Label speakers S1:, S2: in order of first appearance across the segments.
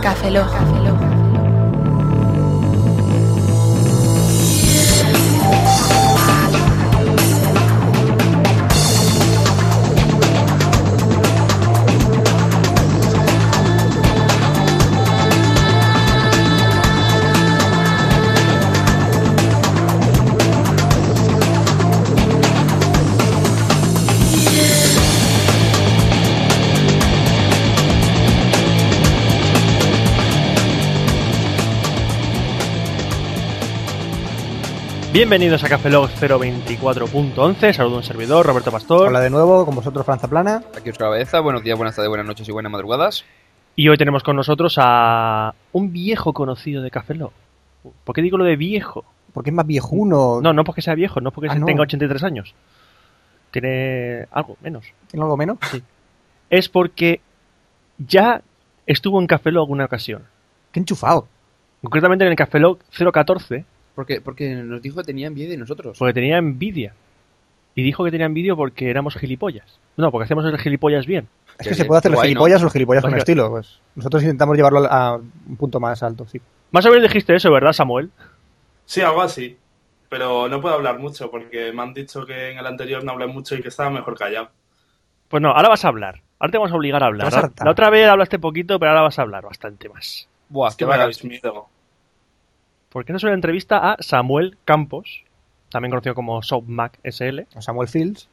S1: Café Lock.
S2: Bienvenidos a Café Log 024.11. Saludo a un servidor, Roberto Pastor.
S3: Hola de nuevo, con vosotros Franza Plana.
S4: Aquí Oscar Baeza, buenos días, buenas tardes, buenas noches y buenas madrugadas.
S2: Y hoy tenemos con nosotros a un viejo conocido de Café Log. ¿Por qué digo lo de viejo?
S3: Porque es más viejuno.
S2: No, no porque sea viejo, no porque
S3: Ah,
S2: se-
S3: no.
S2: tenga 83 años. Tiene algo menos.
S3: ¿Tiene algo menos?
S2: Es porque ya estuvo en Café Log una ocasión.
S3: Qué enchufado.
S2: Concretamente en el Café Log 014,
S4: Porque, porque nos dijo que tenía envidia de nosotros.
S2: porque tenía envidia. Y dijo que tenía envidia porque éramos gilipollas. No, porque hacemos el gilipollas bien.
S3: Es
S4: Qué
S3: que se
S4: bien,
S3: puede hacer los
S4: guay, ¿no?
S3: gilipollas o los gilipollas con
S2: Oiga.
S3: estilo. Pues nosotros intentamos llevarlo a a un punto más alto, sí.
S2: Más o menos dijiste eso, ¿verdad, Samuel?
S5: Sí, algo así. Pero no puedo hablar mucho porque me han dicho que en el anterior no hablé mucho y que estaba mejor callado.
S2: Pues no, ahora vas a hablar. Ahora te vamos a obligar a hablar.
S3: Te vas a hartar.
S2: La otra vez hablaste poquito, pero ahora vas a hablar bastante más.
S4: Buah,
S5: Es que
S4: Ah, qué
S5: me
S4: vaca.
S5: dais miedo.
S2: Porque esta es una entrevista a Samuel Campos, también conocido como SoftMac SL,
S3: A Samuel Fields.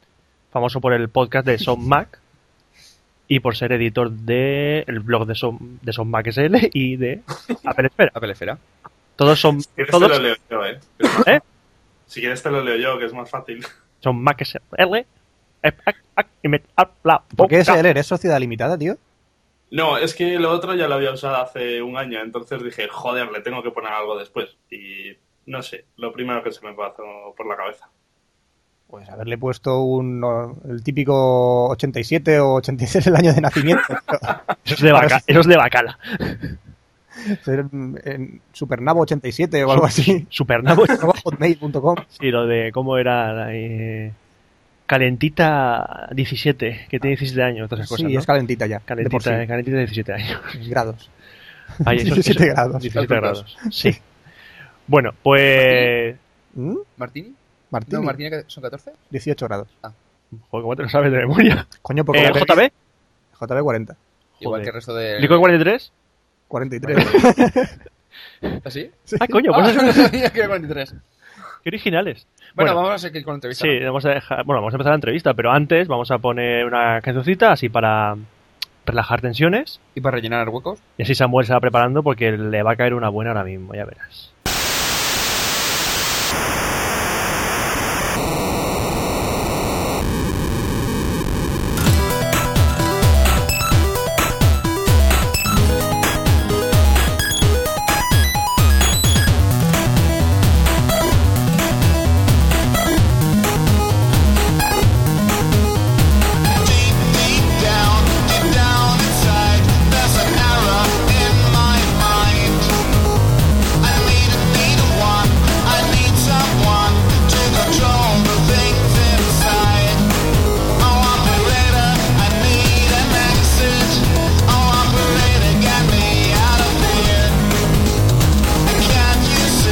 S2: famoso por el podcast de SoftMac y por ser editor del blog de, Soft- de SoftMac SL y de Apple Esfera.
S4: Apple Esfera.
S2: Todos son,
S5: Si quieres te
S2: todos
S5: lo leo yo, eh.
S2: ¿Eh?
S5: Si quieres te lo leo yo, que es más fácil.
S2: son Mac SL. Ep- ac- ac- y me- ap- la
S3: ¿Por qué
S2: boca.
S3: SL? ¿Eres sociedad limitada, tío?
S5: No, es que lo otro ya lo había usado hace un año, entonces dije, joder, le tengo que poner algo después. Y no sé, lo primero que se me pasó por la cabeza.
S3: Pues haberle puesto un, no, el típico 87 o 86 el año de nacimiento.
S2: Eso es de, vaca- eso es de Bacala.
S3: Ser, mm, en Supernavo 87 o algo así.
S2: Supernavo.
S3: Arroba Hotmail.com.
S2: Sí, lo de cómo era eh, calentita 17, que tiene 17 años, todas esas cosas.
S3: Sí,
S2: ¿no?
S3: es calentita ya. de por
S2: calentita, calentita 17 años.
S4: eh.
S3: sí. Grados.
S2: Ay, eso-
S3: 17
S2: eso-
S3: grados.
S2: 17
S4: Al
S2: grados. Sí. Bueno, pues.
S3: ¿Mm?
S4: ¿Martini?
S3: Martín,
S4: No, Martini que son 14.
S3: 18 grados.
S2: Joder, ¿cómo te lo sabes de memoria?
S3: Coño, porque
S2: Eh,
S3: la-
S2: ¿JB?
S3: JB 40.
S4: Igual que el resto de.
S2: ¿Licor 43?
S3: 43.
S4: ¿Así?
S2: Ah, coño, pues eso-
S4: no sabía que era 43. Bueno,
S2: qué originales.
S4: vamos a seguir con la entrevista.
S2: Sí, vamos a dejar, bueno, vamos a empezar la entrevista, pero antes vamos a poner una cancioncita así para relajar tensiones.
S4: Y para rellenar huecos.
S2: Y así Samuel se va preparando porque le va a caer una buena ahora mismo, ya verás.
S6: There's an error in my mind. I need Oh, Oh,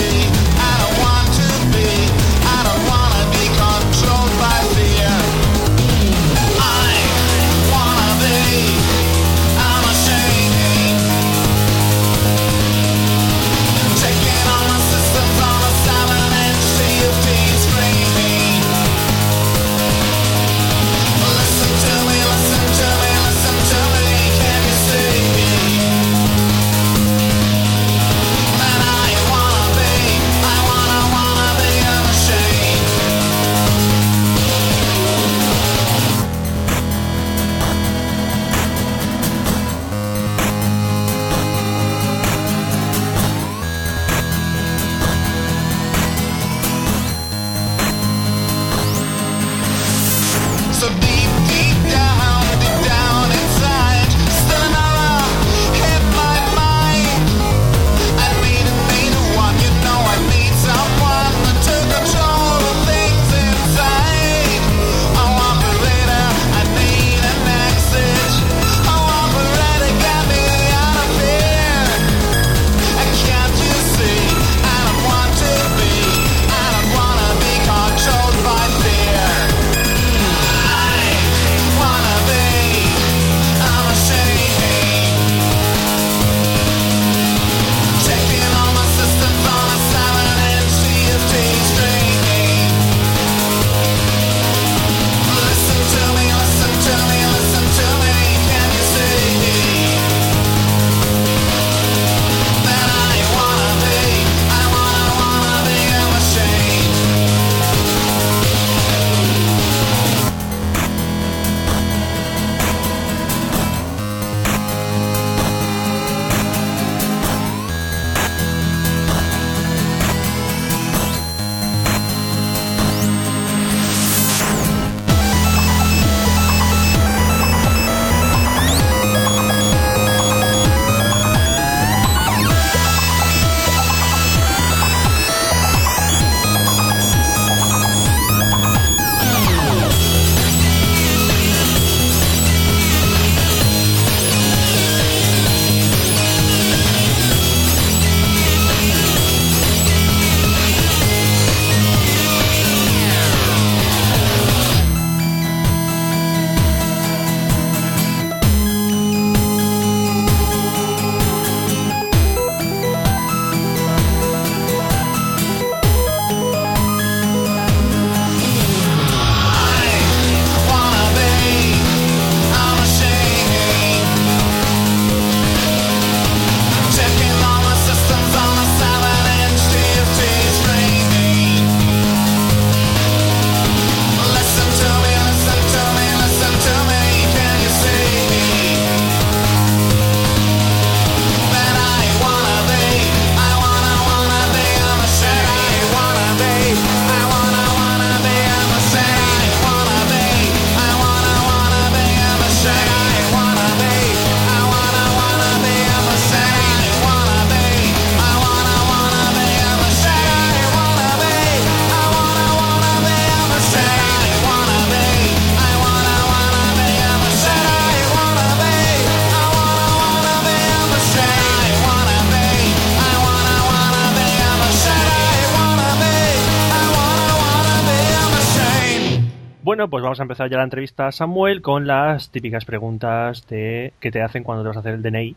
S2: Bueno, pues vamos a empezar ya la entrevista a Samuel con las típicas preguntas de, que te hacen cuando te vas a hacer el DNI.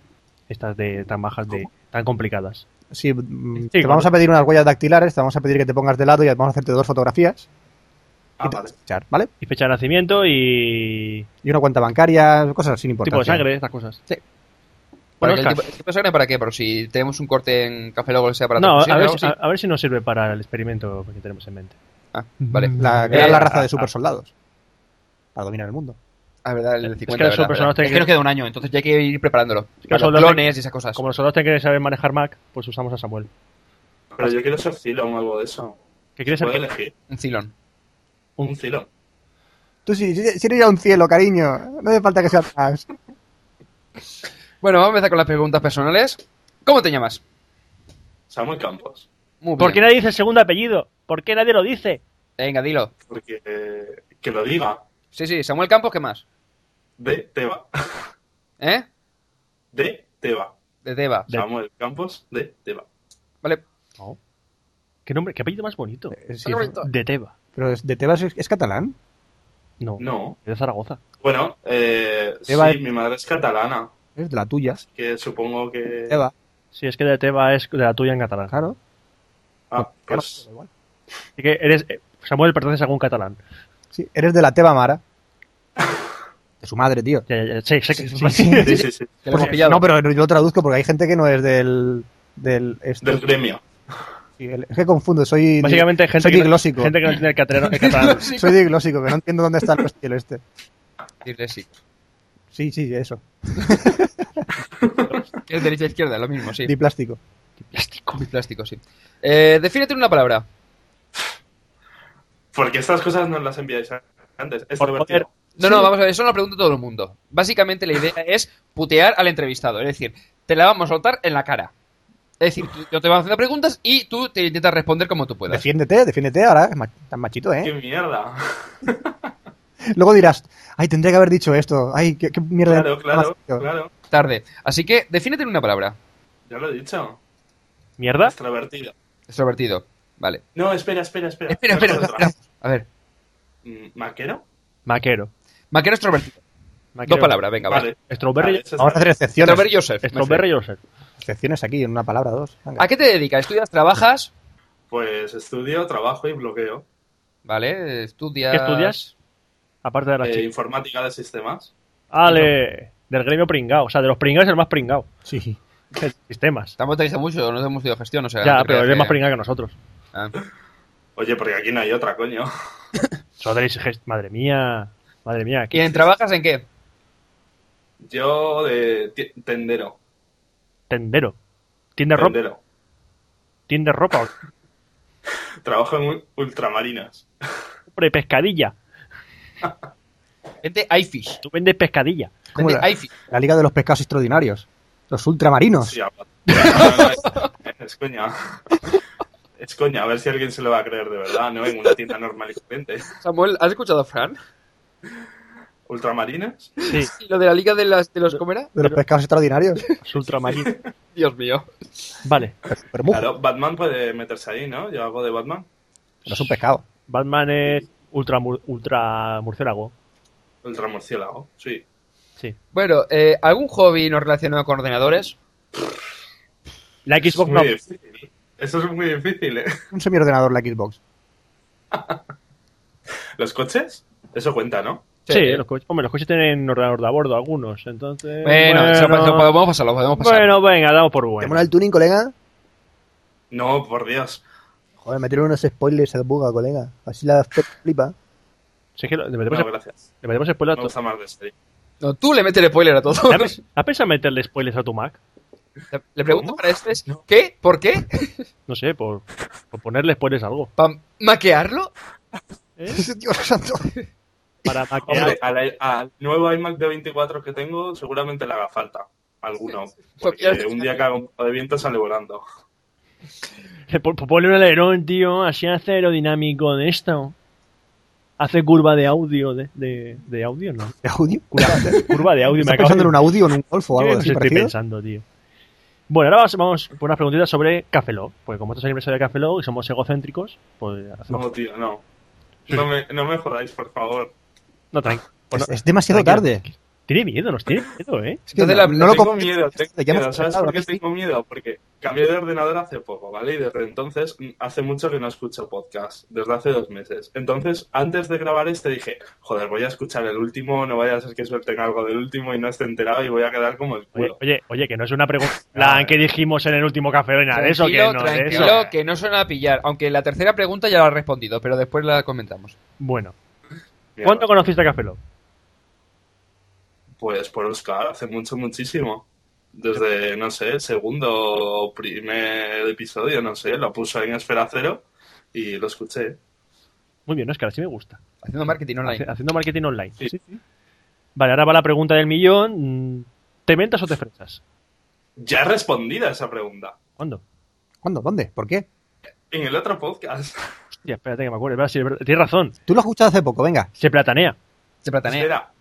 S2: Estas de tan bajas, de tan complicadas.
S3: Sí, mm,
S2: Sí,
S3: te
S2: claro.
S3: vamos a pedir unas huellas dactilares, te vamos a pedir que te pongas de lado y vamos a hacerte dos fotografías
S5: Ah,
S3: y te
S5: vale.
S3: vas a fichar, ¿vale?
S2: Y fecha de nacimiento y
S3: Y una cuenta bancaria, cosas sin
S2: tipo de
S3: importancia.
S2: sangre, estas cosas.
S4: Sí.
S2: Bueno,
S4: Para que el,
S2: Oscar.
S4: tipo, el tipo de sangre para qué, pero si tenemos un corte en café luego sea para
S2: No,
S4: transfusión
S2: a
S4: o
S2: ver,
S4: algo
S2: si,
S4: así.
S2: a- a ver si nos sirve para el experimento que tenemos en mente.
S4: Ah, vale.
S3: La, crear
S4: Eh,
S3: la raza
S2: ah,
S3: de super soldados para dominar el mundo.
S4: Ah, verdad, el
S2: Es
S4: 50.
S2: que los
S4: verdad,
S2: personajes
S4: verdad.
S2: tienen
S4: Es
S2: que-
S4: que nos queda un año, entonces ya hay que ir preparándolo.
S2: los
S4: Los
S2: soldados
S4: clones y esas cosas.
S2: Como nosotros tenemos que saber manejar Mac, pues usamos a Samuel.
S5: Pero yo quiero ser Cylon o algo de eso.
S2: ¿Qué quieres
S5: Puedo
S2: ser?
S5: elegir.
S4: Un Cylon.
S5: Un Cylon.
S3: Tú sí, si, eres ya un cielo, cariño. No hace falta que seas más.
S4: Bueno, vamos a empezar con las preguntas personales. ¿Cómo te llamas?
S5: Samuel Campos.
S4: Muy bien.
S2: ¿Por qué nadie dice el segundo apellido? ¿Por qué nadie lo dice?
S4: Venga, dilo.
S5: Porque eh, que lo diga.
S4: Sí, sí, Samuel Campos, ¿qué más?
S5: De Teba.
S4: ¿Eh?
S5: De Teba.
S4: De Deva.
S2: De-
S5: Samuel Campos de Teba.
S4: Vale.
S2: ¿Qué nombre? ¿Qué apellido más bonito?
S4: Eh,
S3: Sí,
S4: bonito.
S2: De Teba.
S3: pero es- de Tebas es, es catalán.
S2: No,
S5: No.
S2: de Zaragoza.
S5: Bueno, eh,
S3: Teba
S5: sí, mi madre es catalana.
S3: Es de la tuya.
S5: Que supongo que.
S3: Teba,
S2: Sí, es que de Teba es de la tuya en catalán.
S3: claro.
S5: Ah, pues.
S3: Da igual.
S2: Así que eres. eh, Samuel, perteneces a algún catalán.
S3: Sí, eres de la Teba Mara. De su madre, tío.
S2: Ya, ya, ya, sí, sé que- sí.
S5: Sí, sí, sí.
S4: Que lo hemos
S3: Porque-
S4: pillado.
S3: Pues, no, pero yo lo traduzco porque hay gente que no es del. del, esto.
S5: Del gremio.
S3: Sí, el- es que confundo, soy.
S2: Básicamente, gente
S3: soy
S2: que, no,
S3: diglósico.
S2: gente que no tiene el catalán. el catalán.
S3: Soy diglósico, que no entiendo dónde está el hostil este.
S4: Dile sí.
S3: Sí, sí, eso.
S4: Es derecha e izquierda, lo mismo, sí.
S3: Diplástico.
S2: Plástico.
S4: Plástico, sí. Eh, defínete en una palabra.
S5: Porque estas cosas nos las enviáis a- antes. Es
S2: Por
S5: divertido.
S2: poder.
S4: No, no, vamos a ver, eso lo pregunta todo el mundo. Básicamente la idea es putear al entrevistado, es decir, te la vamos a soltar en la cara. Es decir, tú- yo te vamos haciendo preguntas y tú te intentas responder como tú puedas.
S3: Defiéndete, defiéndete ahora, es ma- tan machito,
S5: ¡Qué
S3: ¿eh?
S5: mierda!
S3: Luego dirás, ay, tendría que haber dicho esto, ay, qué, qué mierda. de-
S5: Claro, claro, claro.
S4: Tarde. Así que defínete en una palabra.
S5: Ya lo he dicho.
S2: ¿Mierda?
S5: Extrovertido.
S4: Extrovertido. Vale.
S5: No, espera, espera, espera.
S4: Espera,
S5: No,
S4: espera,
S5: otra.
S4: espera. A ver.
S5: Mm, ¿Maquero?
S2: Maquero.
S4: Maquero extrovertido.
S2: Maquero.
S4: Dos palabras, venga, vale.
S5: Vale.
S2: Strawberry.
S5: Vale, eso
S3: Vamos a
S5: está
S3: hacer
S5: bien.
S3: excepciones.
S4: Strawberry Joseph. me
S2: Strawberry Joseph.
S3: Excepciones aquí, en una palabra o dos.
S4: suena.
S3: Venga.
S4: ¿A qué te dedicas? ¿Estudias? ¿Trabajas?
S5: Pues estudio, trabajo y bloqueo.
S4: Vale, estudias.
S2: ¿Qué estudias? Aparte de la
S5: Eh,
S2: chica.
S5: informática de sistemas.
S2: Ale. Del gremio pringao. O sea, de los pringados es el más pringao.
S3: Sí.
S2: Sistemas.
S4: Tampoco te dice mucho, no hemos estudiado gestión, o sea. no
S2: Ya, pero
S4: te creas
S2: él es
S4: que-
S2: más pringado que nosotros.
S4: Ah.
S5: Oye, porque aquí no hay otra, coño.
S2: Solo tenéis gest- Madre mía. Madre mía.
S4: ¿Y
S2: ¿qué-
S4: en trabajas en qué?
S5: Yo de ti- tendero.
S2: Tendero. ¿Tiende ropa?
S5: Tendero.
S2: ¿Tiende ropa?
S5: Trabajo en ul- ultramarinas.
S2: Hombre, pescadilla.
S4: Vende iFish.
S2: Tú vendes pescadilla.
S3: ¿Cómo
S4: Vende
S3: la-
S4: iFish.
S3: La Liga de los Pescados Extraordinarios. Los
S2: Ah.
S3: ultramarinos.
S5: Sí, apa- No, no, es, es coña. Es coña, a ver si alguien se lo va a creer de verdad, ¿no? En una tienda normal y corriente.
S4: Samuel, ¿has escuchado a Fran?
S5: ¿Ultramarinas?
S2: Sí,
S4: ¿Y lo de la liga de, las, de los comerá?
S3: De los pescados extraordinarios.
S2: es ultramarino.
S4: Dios mío.
S2: Vale.
S3: Supermujo.
S5: Claro, Batman puede meterse ahí, ¿no? Yo hago de Batman.
S3: Pero es un pescado.
S2: Batman es ultra, mur- ultra murciélago.
S5: Ultramurciélago, sí.
S2: Sí.
S4: Bueno, eh, ¿algún hobby no relacionado con ordenadores?
S2: La
S5: Eso es
S2: Xbox
S5: muy
S2: no.
S5: difícil. Eso es muy difícil, ¿eh?
S3: Un semiordenador la Xbox.
S5: ¿Los coches? Eso cuenta, ¿no?
S2: Sí, los, coches, hombre, los coches tienen ordenador de a bordo algunos, entonces...
S4: Bueno, se lo- se lo podemos pasar, lo podemos pasar.
S2: Eh, bueno, venga, damos por
S3: ¿Te
S2: bueno.
S3: mola el tuning, colega?
S5: No, por Dios.
S3: Joder, metieron unos spoilers al buga, colega. Así la fe- flipa.
S2: Sí, es que lo- le
S5: No,
S2: metemos,
S5: gracias.
S2: le metemos spoilers
S5: Me
S2: a tu...
S5: gusta más de este. serie.
S4: No, tú le metes el spoiler a todo.
S2: ¿Has pe- ¿Has pensado meterle spoilers a tu Mac?
S4: Le- Le pregunto
S5: ¿Cómo?
S4: para este, ¿qué? ¿Por qué?
S2: No sé, por, por ponerle spoilers a algo.
S4: ¿Para maquearlo?
S2: ¿eh?
S3: Dios santo.
S2: Para maquear.
S5: Hombre, al, al nuevo iMac de 24 que tengo, seguramente le haga falta alguno. Porque un día que haga un poco de viento sale volando.
S2: eh, Por, por ponerle un alerón, tío, así hace aerodinámico de esto. Hace curva de audio, de, de, de audio, ¿no?
S3: ¿De audio?
S2: Curva de audio, me
S3: ¿Estás
S2: acabo
S3: pensando
S2: de-
S3: en un audio, en un golfo o
S2: Yo
S3: algo
S2: no sé,
S3: así
S2: estoy
S3: parecido?
S2: pensando, tío. Bueno, ahora vamos, vamos por unas preguntitas sobre Café Lock, porque como esto es el aniversario de Café Lock y somos egocéntricos, pues hacemos
S5: No, tío, no. No me, no me jodáis, por favor.
S2: No, tranquilo.
S3: Pues Es, es demasiado
S2: tranquilo.
S3: tarde.
S2: Tiene miedo, nos tiene miedo, ¿eh?
S3: Es que
S4: Entonces la-
S3: no, no lo
S5: tengo
S3: com-
S5: miedo, tengo
S3: ya hemos
S5: miedo. ¿Sabes
S3: hablado
S5: por qué
S3: aquí, sí.
S5: tengo miedo? Porque cambié de ordenador hace poco, ¿vale? Y desde entonces mm, hace mucho que no escucho podcast, desde hace dos meses. Entonces, antes de grabar este dije, joder, voy a escuchar el último, no vaya a ser que suelten algo del último y no esté enterado y voy a quedar como el
S2: Oye,
S5: culo.
S2: oye, oye, que no es una pregunta la que dijimos en el último café o nada de eso, que
S4: Tranquilo,
S2: no, de
S4: tranquilo,
S2: eso.
S4: que no suena a pillar. Aunque la tercera pregunta ya la has respondido, pero después la comentamos.
S2: Bueno,
S5: Mierda.
S2: ¿cuándo conociste a Café Lock?
S5: Pues por Oscar, hace mucho, muchísimo. Desde, no sé, segundo o primer episodio, no sé, lo puso en Esfera Cero y lo escuché.
S2: Muy bien, Oscar, así me gusta.
S4: Haciendo marketing online.
S2: Hace- Haciendo marketing online.
S5: Sí.
S2: Sí, sí. Vale, ahora va la pregunta del millón. Mm, ¿Te mentas o te fresas?
S5: Ya he respondido a esa pregunta.
S2: ¿Cuándo?
S3: ¿Cuándo? ¿Dónde? ¿Por qué?
S5: En el otro podcast.
S2: Hostia, espérate que me acuerdo. es verdad, sí, es verdad. Tienes razón,
S3: Tú lo has escuchado hace poco, venga.
S2: se platanea.
S4: Se platanea.
S5: Espera,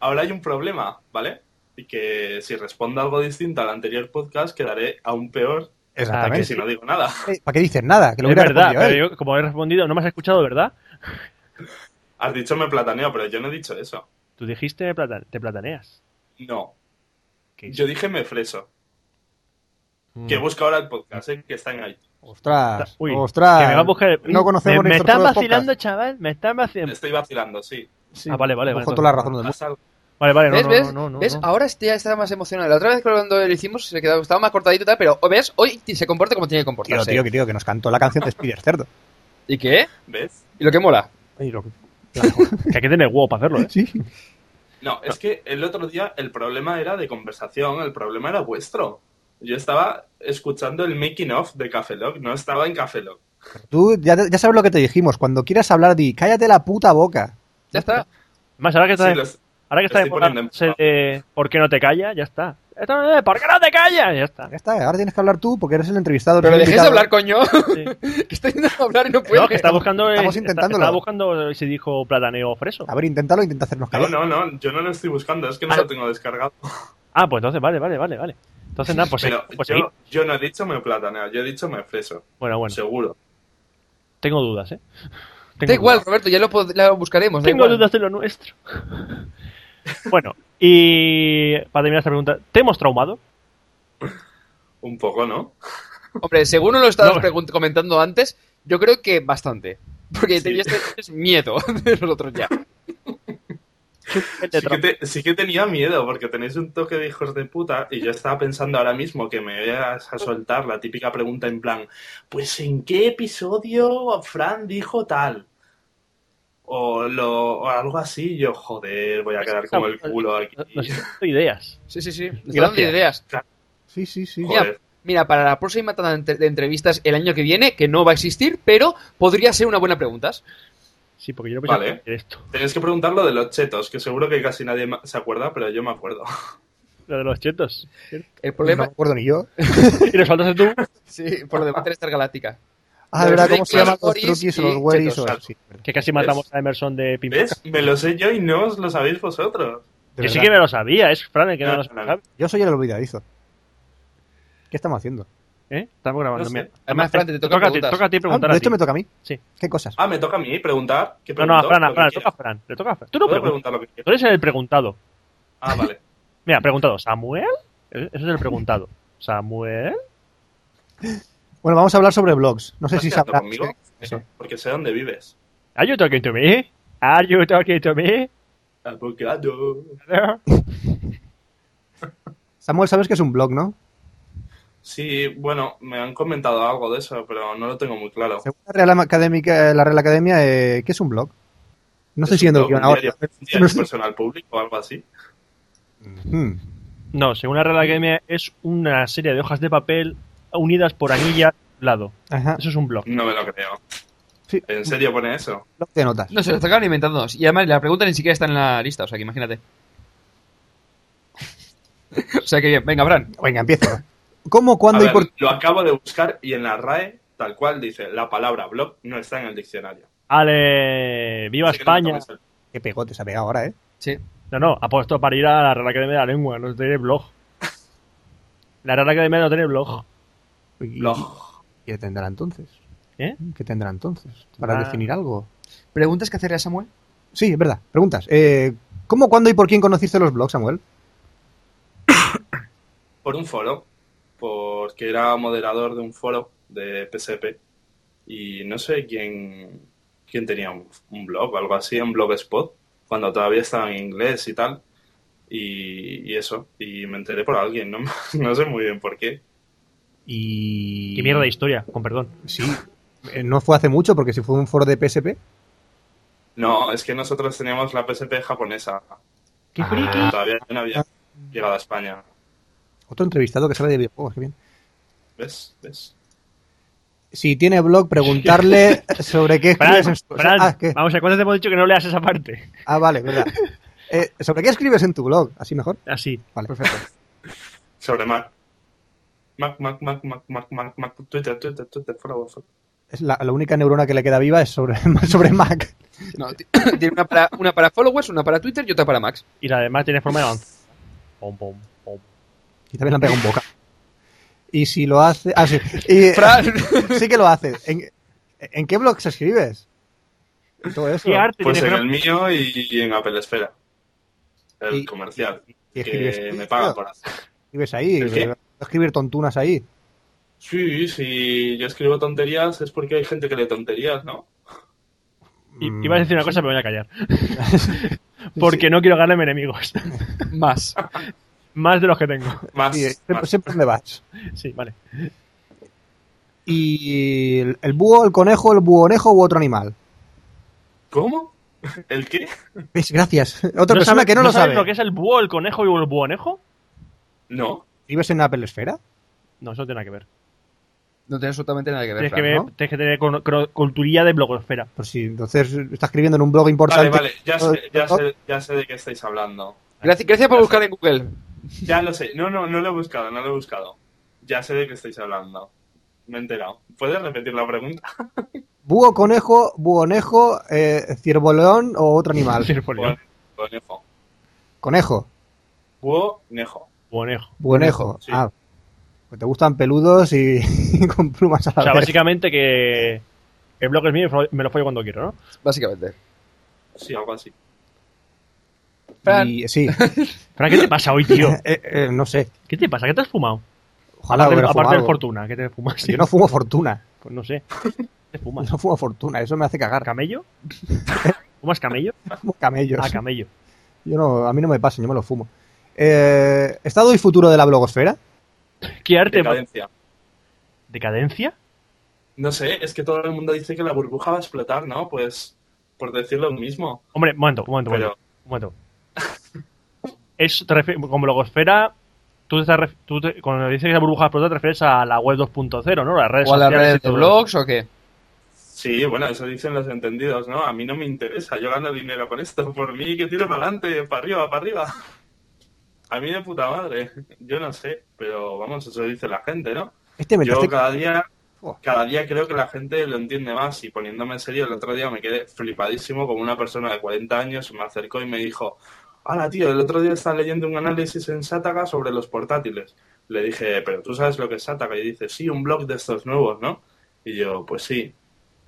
S5: ahora hay un problema, ¿vale? Y que si respondo algo distinto al anterior podcast, quedaré aún peor que
S2: Exactamente.
S5: si no digo nada.
S3: Eh, ¿Para qué dices nada? Que lo
S2: Ah, es
S3: hubiera
S2: verdad,
S3: respondido ¿eh? él.
S2: pero yo, como he respondido, no me has escuchado, ¿verdad?
S5: Has dicho me plataneo, pero yo no he dicho eso.
S2: Tú dijiste plata- te plataneas.
S5: No,
S2: ¿Qué
S5: yo dije me freso.
S3: Mm.
S5: Que busca ahora el podcast, ¿eh? que está en ahí.
S3: Ostras,
S2: Uy,
S3: ostras.
S2: que me va a buscar-
S3: No conocemos
S2: me,
S3: ni
S2: me
S3: sobre
S2: están
S3: todo el
S2: vacilando,
S3: podcast.
S2: chaval, me están
S5: Me
S2: vacilando.
S5: estoy vacilando, sí.
S3: Sí,
S2: Ah, vale, vale,
S3: cojo
S2: vale,
S3: toda la
S2: no,
S3: razón del mundo.
S5: Pasa algo.
S2: Vale, vale, no,
S4: ¿Ves?
S2: no,
S4: ¿Ves?
S2: no, no,
S4: ¿Ves?
S2: no.
S4: Ahora este ya está más emocionado. La otra vez que cuando lo hicimos se quedaba, estaba más cortadito y tal, pero ¿ves? Hoy se comporta como tiene que
S3: Tío,
S4: comportarse.
S3: tío, que, tío, que nos cantó la canción de Spider Cerdo.
S4: ¿Y qué?
S5: ¿Ves?
S4: ¿Y lo que mola?
S2: Que hay que tener huevo para hacerlo, ¿eh?
S3: Sí.
S5: No, es que el otro día el problema era de conversación, el problema era vuestro. Yo estaba escuchando el making of de Café Lock, no estaba en Café Lock.
S3: Tú ya, ya sabes lo que te dijimos. Cuando quieras hablar, di, cállate la puta boca.
S4: Ya está.
S2: Más, ahora que está,
S5: Sí,
S2: de-
S5: los-
S2: ahora que está de
S5: estoy
S2: moda
S5: poniendo en
S2: ese de ¿por qué no te callas? Ya está. Esto- eh, ¿Por qué no te callas? Ya está.
S3: Ya está, ahora tienes que hablar tú porque eres el entrevistado.
S4: Pero
S3: eres el
S4: dejéis de
S3: invitado.
S4: hablar, coño.
S2: Sí.
S4: que está intentando hablar y no puede.
S2: No, que está buscando. eh,
S3: estamos
S2: está-
S3: intentándolo.
S2: Estaba buscando eh, si dijo plataneo o freso.
S3: A ver, inténtalo, intenta hacernos
S5: No,
S3: callar.
S5: no, no, yo no lo estoy buscando, es que no
S2: Ah,
S5: lo tengo descargado.
S2: Ah, pues entonces, vale, vale, vale. vale. Entonces, nada, pues,
S5: Pero
S2: sí, pues sí.
S5: yo, yo no he dicho me plataneo, yo he dicho me freso,
S2: Bueno, bueno,
S5: seguro.
S2: tengo dudas, ¿eh? Tengo
S4: Da igual,
S2: dudas.
S4: Roberto, ya lo, pod- la buscaremos. da
S2: Tengo
S4: igual.
S2: dudas de lo nuestro. bueno, y para terminar esta pregunta, ¿te hemos traumado?
S5: Un poco, ¿no?
S4: Hombre, según lo estabas
S2: No.
S4: pregun- comentando antes, yo creo que bastante. Porque
S5: Sí.
S4: tenías tenías miedo de nosotros ya.
S5: Sí que, te- sí que tenía miedo, porque tenéis un toque de hijos de puta, y yo estaba pensando ahora mismo que me ibas a soltar la típica pregunta en plan, pues ¿en qué episodio Fran dijo tal? O, lo, o algo así, yo, joder, voy a quedar como el culo aquí.
S2: Nos está dando ideas.
S4: Sí, sí, sí. Nos
S2: Gracias.
S4: dando ideas.
S3: Sí, sí, sí.
S4: Joder. Mira, para la próxima tanda de entre- de entrevistas el año que viene, que no va a existir, pero podría ser una buena pregunta.
S2: Sí, porque yo no pensaba
S5: Vale.
S2: en esto.
S5: Tenéis que preguntar lo de los chetos, que seguro que casi nadie ma- se acuerda, pero yo me acuerdo.
S2: Lo de los chetos.
S4: El
S3: No me
S4: problema.
S3: acuerdo ni yo.
S2: Y lo saltas tú.
S4: Sí, por lo de Battlestar Galáctica.
S3: Ah, de verdad, ¿cómo
S4: Los
S3: se llaman los
S4: Goris
S3: truquis o los
S4: y
S3: weris?
S4: chetos.
S3: o- sí,
S2: Que casi matamos a Emerson de Pimpa.
S5: ¿Ves? Me lo sé yo y no os lo sabéis vosotros.
S3: de
S2: Yo sí
S3: verdad.
S2: que me lo sabía, es Fran el que no
S5: No,
S2: lo
S5: no, no.
S2: sabe.
S3: Yo soy el olvidadizo. ¿Qué estamos haciendo?
S2: ¿Eh? Estamos grabando.
S5: No sé.
S2: mira.
S4: Además, Fran, te toca
S2: a ti,
S4: preguntas.
S2: toca a ti preguntar
S3: Ah, de
S2: a ti.
S3: hecho, me toca a mí.
S2: Sí.
S3: ¿Qué cosas?
S5: Ah, me toca a mí preguntar. ¿Qué
S2: No, no, a
S5: pregunto?
S2: Fran, a
S5: Lo
S2: Fran,
S5: que
S2: le toca a
S5: quiera.
S2: Fran. Le toca a Fran. Tú no
S5: Puedo
S2: preguntas.
S5: preguntar lo que quiera.
S2: Tú eres el preguntado.
S5: Ah, vale.
S2: Mira, preguntado, ¿Samuel? Ese es el preguntado. ¿Samuel?
S3: Bueno, vamos a hablar sobre blogs. No sé
S5: ¿Estás
S3: si
S5: quedando
S3: sabrás.
S5: conmigo?
S3: Eso.
S5: Porque sé dónde vives.
S2: ¿Are you talking to me? ¿Are you talking to me?
S5: Abogado.
S3: Samuel, sabes que es un blog, ¿no?
S5: Sí, bueno, me han comentado algo de eso, pero no lo tengo muy claro.
S3: Según la Real Academia, la Real Academia eh, ¿qué es un blog? No estoy
S5: Es
S3: siguiendo el
S5: un
S3: guión
S5: blog,
S3: ahora.
S5: un diario- un diario personal público o algo así.
S3: Hmm.
S2: No, según la Real Academia, es una serie de hojas de papel unidas por anillas al lado.
S3: Ajá.
S2: Eso es un blog.
S5: No me lo creo.
S3: Sí,
S5: ¿En serio pone eso?
S3: blog de notas.
S4: No, se lo acaban inventando. Y además la pregunta ni siquiera está en la lista, o sea que imagínate. o sea que bien, venga, Fran.
S3: Venga, empiezo. ¿Cómo,
S5: A
S3: cuándo y
S5: ver,
S3: por qué?
S5: lo acabo de buscar y en la RAE, tal cual, dice la palabra blog no está en el diccionario.
S2: Ale, viva
S5: Así que no me
S2: España.
S5: tomes el-
S3: Qué pegote se ha pegado ahora, ¿eh?
S4: Sí.
S2: No, no, apuesto para ir a la Real Academia de la Lengua, no tiene blog. La Real Academia no tiene blog.
S3: ¿Y,
S5: Blog.
S3: ¿Qué tendrá entonces?
S2: ¿Eh?
S3: ¿Qué tendrá entonces? Para
S2: Ah.
S3: definir algo.
S4: ¿Preguntas que hacerle a Samuel?
S3: Sí, es verdad. Preguntas. Eh, ¿Cómo, cuándo y por quién conociste los blogs, Samuel?
S5: Por un foro, porque era moderador de un foro de PSP y no sé quién, quién tenía un, un blog o algo así, un blogspot, cuando todavía estaba en inglés y tal. Y, y eso, y me enteré por alguien, no, no sé muy bien por qué.
S3: Y...
S2: Qué mierda de historia, con perdón.
S3: Sí. Eh, No fue hace mucho, porque si fue un foro de PSP.
S5: No, es que nosotros teníamos la PSP japonesa,
S2: ¡Qué
S3: Ah.
S2: friki!
S5: todavía no había llegado a España.
S3: Otro entrevistado que sabe de videojuegos, qué bien.
S5: ¿Ves? ¿Ves?
S3: Si tiene blog, preguntarle sobre qué
S2: Fran,
S3: escribes en tu
S2: Fran,
S3: ah, ¿qué?
S2: vamos a ver, ¿cuántas te hemos dicho que no leas esa parte?
S3: Ah, vale, verdad. Eh, ¿Sobre qué escribes en tu blog? ¿Así mejor?
S2: Así.
S3: Vale, perfecto.
S5: Sobre Mac. Mac, Mac, Mac, Mac, Mac, Mac, Mac, Twitter, Twitter, Twitter, follow, follow.
S3: Es la, la única neurona que le queda viva es sobre, sobre Mac.
S4: No, ti- tiene una para, una para followers, una para Twitter y otra para Max.
S2: Y la demás tiene forma de avanzar. Pom, pom, pom.
S3: Y también le han pegado un boca. Y si lo hace... Ah, sí. Y-
S4: Fran.
S3: sí que lo hace. ¿En, en qué blogs escribes? Y Todo eso.
S2: ¿Qué arte
S5: Pues
S2: tiene
S5: en
S2: Fran?
S5: el mío y y en Apple Esfera. El
S3: Y-
S5: comercial.
S3: y escribes
S5: que
S3: tú,
S5: me pagan
S3: tío.
S5: por hacer.
S3: Escribes ahí.
S5: ¿El qué?
S3: eh, Escribir tontunas ahí.
S5: Sí, si yo escribo tonterías es porque hay gente que lee tonterías, ¿no?
S2: I- Iba a
S5: Mm.
S2: decir una cosa, pero me voy a callar. Porque no quiero ganarme enemigos.
S4: Más.
S2: Más de los que tengo.
S3: Mm,
S5: Más.
S3: Sí, siempre,
S5: más.
S3: siempre me vas.
S2: Sí, vale.
S3: ¿Y el, el búho, el conejo, el buonejo u otro animal?
S5: ¿Cómo? ¿El qué?
S3: ¿Ves? Pues Gracias. Otra persona
S2: sabe-
S3: que no, lo
S2: sabes
S3: sabe.
S2: lo que es el búho, el conejo y el buonejo?
S5: No.
S3: ¿Vives en Apple Esfera?
S2: No, eso no tiene nada que ver.
S4: No tiene absolutamente nada que ver.
S2: Tienes que,
S4: Fran.
S2: ver-
S3: ¿no?
S2: tienes que tener cono- cro- culturía de blogosfera.
S3: Pues sí, entonces está escribiendo en un blog
S5: Vale,
S3: importante.
S5: vale, ya sé, ya, sé, ya sé de qué estáis hablando.
S4: Gracias, gracias por buscar en Google.
S5: Ya lo sé. No, no, no lo he buscado, no lo he buscado. Ya sé de qué estáis hablando. Me he enterado. ¿Puedes repetir la pregunta?
S3: Búho, conejo, buonejo, eh, ciervoleón o otro animal.
S2: Sí, por Dios.
S5: Conejo.
S3: Conejo,
S5: Conejo.
S2: Buonejo.
S3: buonejo.
S5: sí.
S3: Ah, pues te gustan peludos y, y con plumas a la
S2: O sea,
S3: vez.
S2: básicamente que el blog es mío y me lo follo cuando quiero, ¿no?
S4: Básicamente.
S5: Sí, algo así.
S4: Fran.
S3: Y- sí,
S2: Fran, ¿qué te pasa hoy, tío?
S3: Eh, eh, no sé.
S2: ¿Qué te pasa? ¿Qué te has fumado?
S3: Ojalá
S2: aparte
S3: hubiera fumado
S2: aparte de
S3: algo.
S2: fortuna, ¿qué te fumas?
S3: Yo no fumo fortuna.
S2: Pues no sé. ¿Qué fumas?
S3: No fumo fortuna, eso me hace cagar.
S2: ¿Camello? ¿Fumas camello?
S3: Fumo camellos.
S2: Ah, camello.
S3: Yo no, a mí no me pasa, yo me lo fumo. Eh, ¿Estado y futuro de la blogosfera?
S2: ¿Qué arte?
S5: Decadencia.
S2: ¿Decadencia?
S5: No sé, es que todo el mundo dice que la burbuja va a explotar, ¿no? Pues por decir lo mismo.
S2: Hombre, un momento, un momento, un
S5: Pero
S2: momento, un momento. Es, te refi- como blogosfera, tú, te estás ref- tú te- cuando dices que la burbuja explota te refieres a la web 2.0, ¿no? Las redes
S4: ¿O a las
S2: sociales
S4: redes
S2: y
S4: de
S2: todo.
S4: blogs o qué?
S5: sí, bueno, eso dicen los entendidos, ¿no? A mí no me interesa, yo gano dinero con esto. Por mí que tiro para adelante, para arriba, para arriba. A mí de puta madre. Yo no sé, pero vamos, eso dice la gente, ¿no?
S3: Este me
S5: Yo cada día,
S3: Oh.
S5: cada día creo que la gente lo entiende más y poniéndome en serio, el otro día me quedé flipadísimo como una persona de 40 años me acercó y me dijo, hola tío, el otro día estaba leyendo un análisis en Sataka sobre los portátiles. Le dije, pero tú sabes lo que es Sataka y dice, sí, un blog de estos nuevos, ¿no? Y yo, pues sí.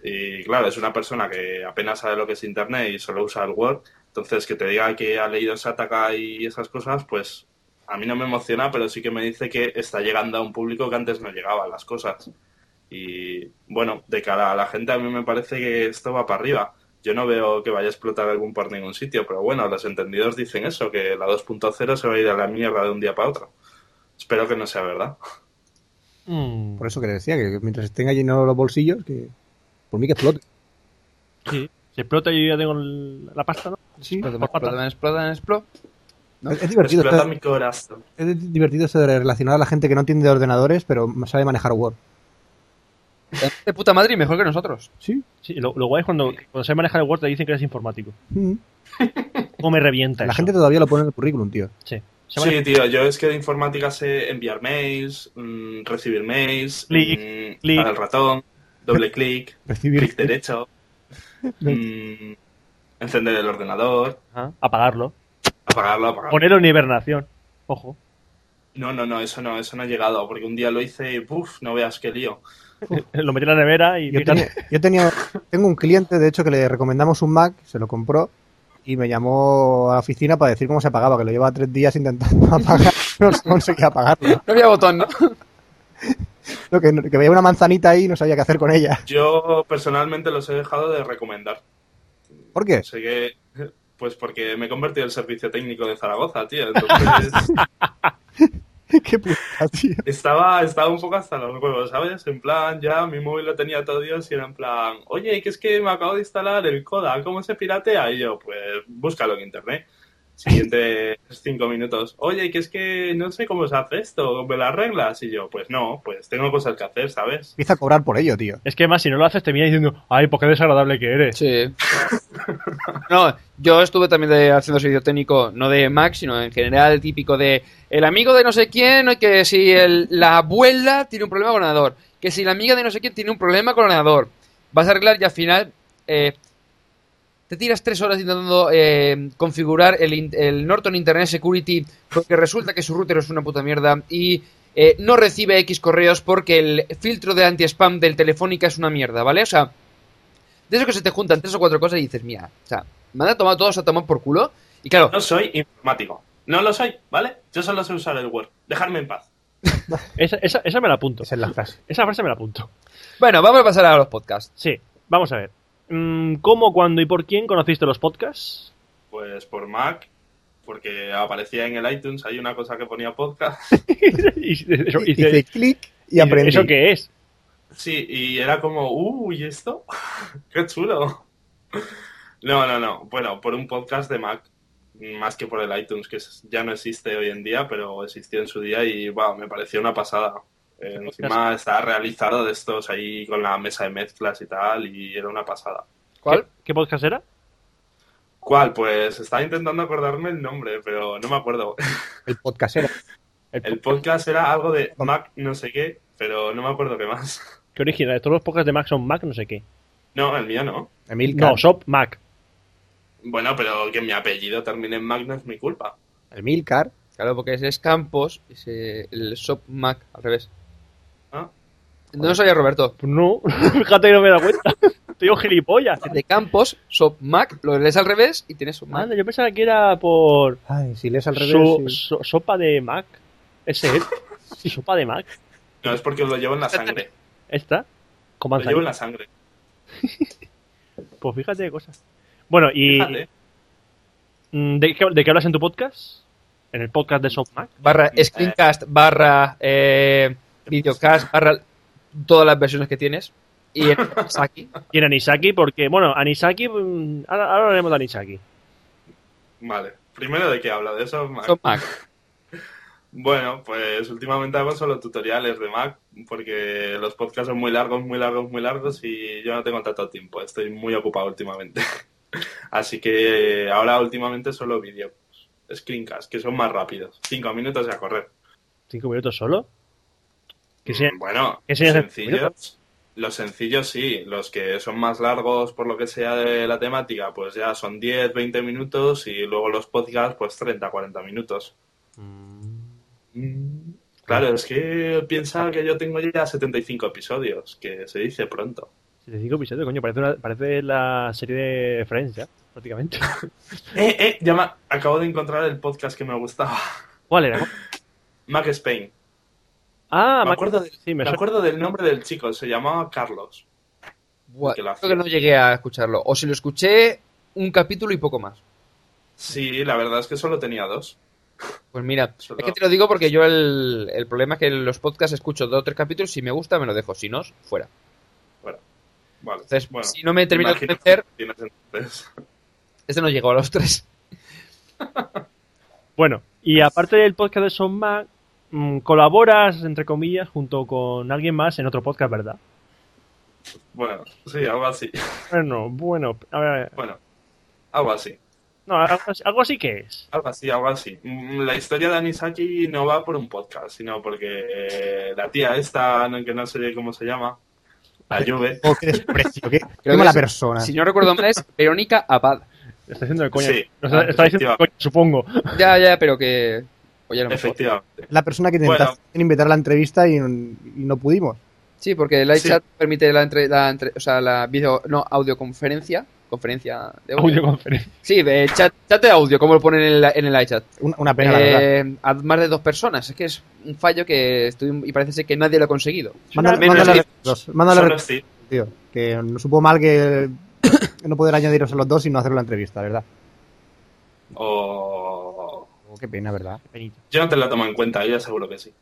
S5: Y claro, es una persona que apenas sabe lo que es Internet y solo usa el Word, entonces que te diga que ha leído Sataka y esas cosas, pues a mí no me emociona, pero sí que me dice que está llegando a un público que antes no llegaba a las cosas. Y bueno, de cara a la gente, a mí me parece que esto va para arriba. Yo no veo que vaya a explotar algún por ningún sitio, pero bueno, los entendidos dicen eso, que la 2.0 se va a ir a la mierda de un día para otro. Espero que no sea verdad.
S2: Mm,
S3: Por eso que te decía, que mientras estén llenos los bolsillos, que por mí que explote.
S2: sí. Si explota yo ya tengo el- la pasta, ¿no? Sí,
S4: Explotan, explotan, explotan, explotan. ¿No?
S3: Es, es divertido
S5: Explota
S3: esto-
S5: mi corazón.
S3: es divertido esto de relacionar a la gente que no entiende de ordenadores, pero sabe manejar Word.
S4: De puta madre y mejor que nosotros.
S3: Sí.
S2: Sí, lo, lo guay es cuando, cuando se maneja el Word te dicen que eres informático.
S3: Mm.
S2: ¿Cómo me revienta
S3: La
S2: eso?
S3: gente todavía lo pone en el currículum, tío.
S2: Sí. Se maneja-
S5: Sí, tío, yo es que de informática sé enviar mails, mm, recibir mails,
S2: Clic,
S5: mm,
S2: clic.
S5: para el ratón, doble clic,
S3: Recibir.
S5: clic derecho, mm, encender el ordenador,
S2: Ajá. Apagarlo.
S5: apagarlo, apagarlo.
S2: Ponerlo en hibernación. Ojo.
S5: No, no, no, eso no, eso no ha llegado, porque un día lo hice y ¡puf! No veas qué lío.
S2: Lo metí en la nevera y
S3: Yo,
S2: fíjate,
S3: tenía- yo tenía- tengo un cliente, de hecho, que le recomendamos un Mac, se lo compró y me llamó a la oficina para decir cómo se apagaba, que lo llevaba tres días intentando apagar, no conseguía apagarlo.
S4: No había botón, ¿no?
S3: Lo que, que veía una manzanita ahí y no sabía qué hacer con ella.
S5: Yo personalmente los he dejado de recomendar.
S3: ¿Por qué?
S5: Sé que. Pues porque me he convertido en servicio técnico de Zaragoza, tío. Entonces
S3: Qué puta, tío.
S5: estaba, estaba un poco hasta los huevos, ¿sabes? En plan, ya mi móvil lo tenía todo Dios y era en plan, oye, que es que me acabo de instalar el Coda, ¿cómo se piratea? Y yo, pues búscalo en internet. Siguiente cinco minutos. Oye, que es que no sé cómo se hace esto, ¿me las reglas? Y yo, pues no, pues tengo cosas que hacer, ¿sabes?
S3: Empieza a cobrar por ello, tío.
S2: Es que más, si no lo haces, te viene diciendo, ay, pues qué desagradable que eres.
S4: Sí. No, yo estuve también de- haciendo servicio técnico, no de Mac, sino en general, típico de el amigo de no sé quién, que si el- la abuela tiene un problema con el ordenador, que si la amiga de no sé quién tiene un problema con el ordenador, vas a arreglar y al final eh, te tiras tres horas intentando eh, configurar el, in- el Norton Internet Security porque resulta que su router es una puta mierda y eh, no recibe X correos porque el filtro de anti-spam del Telefónica es una mierda, ¿vale? O sea, de eso que se te juntan tres o cuatro cosas y dices, mira, o sea, me han tomado todos a tomar por culo. Y claro,
S5: No soy informático. No lo soy, ¿vale? Yo solo sé usar el Word. Dejadme en paz.
S2: Esa, esa- esa me la apunto.
S3: Esa es la frase.
S2: Esa frase me la apunto.
S4: bueno, vamos a pasar a los podcasts.
S2: Sí, vamos a ver. Mm, ¿Cómo, cuándo y por quién conociste los podcasts?
S5: Pues por Mac, porque aparecía en el iTunes, hay una cosa que ponía podcast.
S2: y, eso- y-
S3: Hice clic y
S2: y-
S3: aprendí.
S2: ¿Eso qué es?
S5: Sí, y era como, uh, ¿y esto? ¡Qué chulo! No, no, no. Bueno, por un podcast de Mac, más que por el iTunes, que es- ya no existe hoy en día, pero existió en su día y, wow, me pareció una pasada. Eh, encima está realizado de estos ahí con la mesa de mezclas y tal, y era una pasada.
S4: ¿Cuál?
S2: ¿Qué, qué podcast era?
S5: ¿Cuál? Pues estaba intentando acordarme el nombre, pero no me acuerdo.
S3: El podcastero.
S5: El podcast era algo de Mac no sé qué, pero no me acuerdo qué más.
S2: Qué original. Todos los podcasts de Mac son Mac, no sé qué.
S5: No, el mío no.
S3: Emilcar.
S2: No, Shop Mac.
S5: Bueno, pero que mi apellido termine en Mac no es mi culpa.
S3: Emilcar.
S4: Claro, porque ese es Campos, ese- el Shop Mac, al revés.
S5: Ah.
S4: No sabía Roberto.
S2: No, fíjate que no me he dado cuenta. Estoy un gilipollas.
S4: De Campos, Shop Mac, lo lees al revés y tienes un Mac.
S2: Manda, yo pensaba que era por
S3: Ay, si lees al revés.
S2: so-
S3: sí.
S2: so- sopa de Mac. Ese es. sopa de Mac.
S5: No, es porque lo llevo en la sangre.
S2: Esta. Con
S5: Lo llevo en
S2: manzanilla.
S5: la sangre.
S2: Pues fíjate de cosas. Bueno, y.
S5: Fíjate.
S2: mm, ¿de qué, de qué hablas en tu podcast? En el podcast de Shop Mac.
S4: Barra screencast, barra eh, videocast, barra todas las versiones que tienes. Y en aquí.
S2: Y en Anisaki, porque, bueno, Anisaki. mm, Ahora, ahora hablaremos de Anisaki.
S5: Vale. Primero de qué habla, de eso Mac.
S4: Shop Mac.
S5: Bueno, pues últimamente hago solo tutoriales de Mac, porque los podcasts son muy largos, muy largos, muy largos y yo no tengo tanto tiempo. Estoy muy ocupado últimamente. Así que ahora últimamente solo vídeos. Screencasts, que son más rápidos. Cinco minutos y a correr.
S2: ¿Cinco minutos solo? Que sea-
S5: Mm, Bueno,
S2: que sea
S5: sencillos. Los sencillos sí, los que son más largos por lo que sea de la temática, pues ya son 10, 20 minutos y luego los podcasts pues 30, 40 minutos. Mm, Claro, es que piensa que yo tengo ya 75 episodios, que se dice pronto.
S2: 75 episodios, coño, parece, una- parece la serie de Friends ya, prácticamente.
S5: Eh, eh, ya me- acabo de encontrar el podcast que me gustaba.
S2: ¿Cuál era?
S5: Mac Spain.
S2: Ah,
S5: Me acuerdo del-
S2: sí, me
S5: Me
S2: suena.
S5: acuerdo del nombre del chico, se llamaba Carlos.
S4: Buah,
S5: Que lo hacía.
S4: creo que no llegué a escucharlo. O si lo escuché, un capítulo y poco más.
S5: Sí, la verdad es que solo tenía dos.
S4: Pues mira,
S5: Solo-
S4: es que te lo digo porque yo el, el problema es que en los podcasts escucho dos o tres capítulos, si me gusta me lo dejo, si no, fuera.
S5: Vale,
S4: Entonces,
S5: bueno,
S4: si no me termino de
S5: imagino que
S4: convencer,
S5: tienes entonces.
S4: este no llegó a los tres.
S2: Bueno, y aparte del podcast de Son Mac, mm, colaboras, entre comillas, junto con alguien más en otro podcast, ¿verdad?
S5: Bueno, sí, algo así.
S2: Bueno, bueno, a ver,
S5: Bueno, algo así.
S2: no, algo, así- algo así que es.
S5: Algo así, algo así. Mm, La historia de Anisaki no va por un podcast, sino porque eh, la tía esta, no- que no sé cómo se llama, la Juve.
S3: Oh, qué desprecio. Qué, qué
S4: que
S3: mala
S4: es-
S3: persona.
S4: Si no recuerdo mal es Verónica Abad.
S2: Está haciendo de coña.
S5: Sí.
S2: No, está,
S5: Ah,
S2: está diciendo de
S5: efectivamente.
S2: coña, supongo.
S4: Ya, ya, pero que Oye, a lo mejor.
S5: Efectivamente.
S3: La persona que intentaste invitar a la entrevista y, y no pudimos.
S4: Sí, porque el
S5: Sí.
S4: iChat permite la, entre, la entre- o sea, la video, no, audioconferencia, conferencia de audio.
S2: Audioconferencia.
S4: Sí, de chat, chat de audio, como lo ponen en, el- en el iChat.
S3: Una, una pena, la verdad.
S4: Eh, a más de dos personas, es que es un fallo que estoy, y parece ser que nadie lo ha conseguido.
S3: Mándale,
S5: menos
S3: mándale
S5: Steve.
S3: los dos, mándale
S5: Solo
S3: los
S5: Steve.
S3: dos, tío. Que no supo mal que no poder añadiros a los dos y no hacer la entrevista, ¿verdad?
S5: O...
S3: Oh, qué pena, ¿verdad?
S2: Benito.
S5: Yo no te la tomo en cuenta, ella seguro que sí.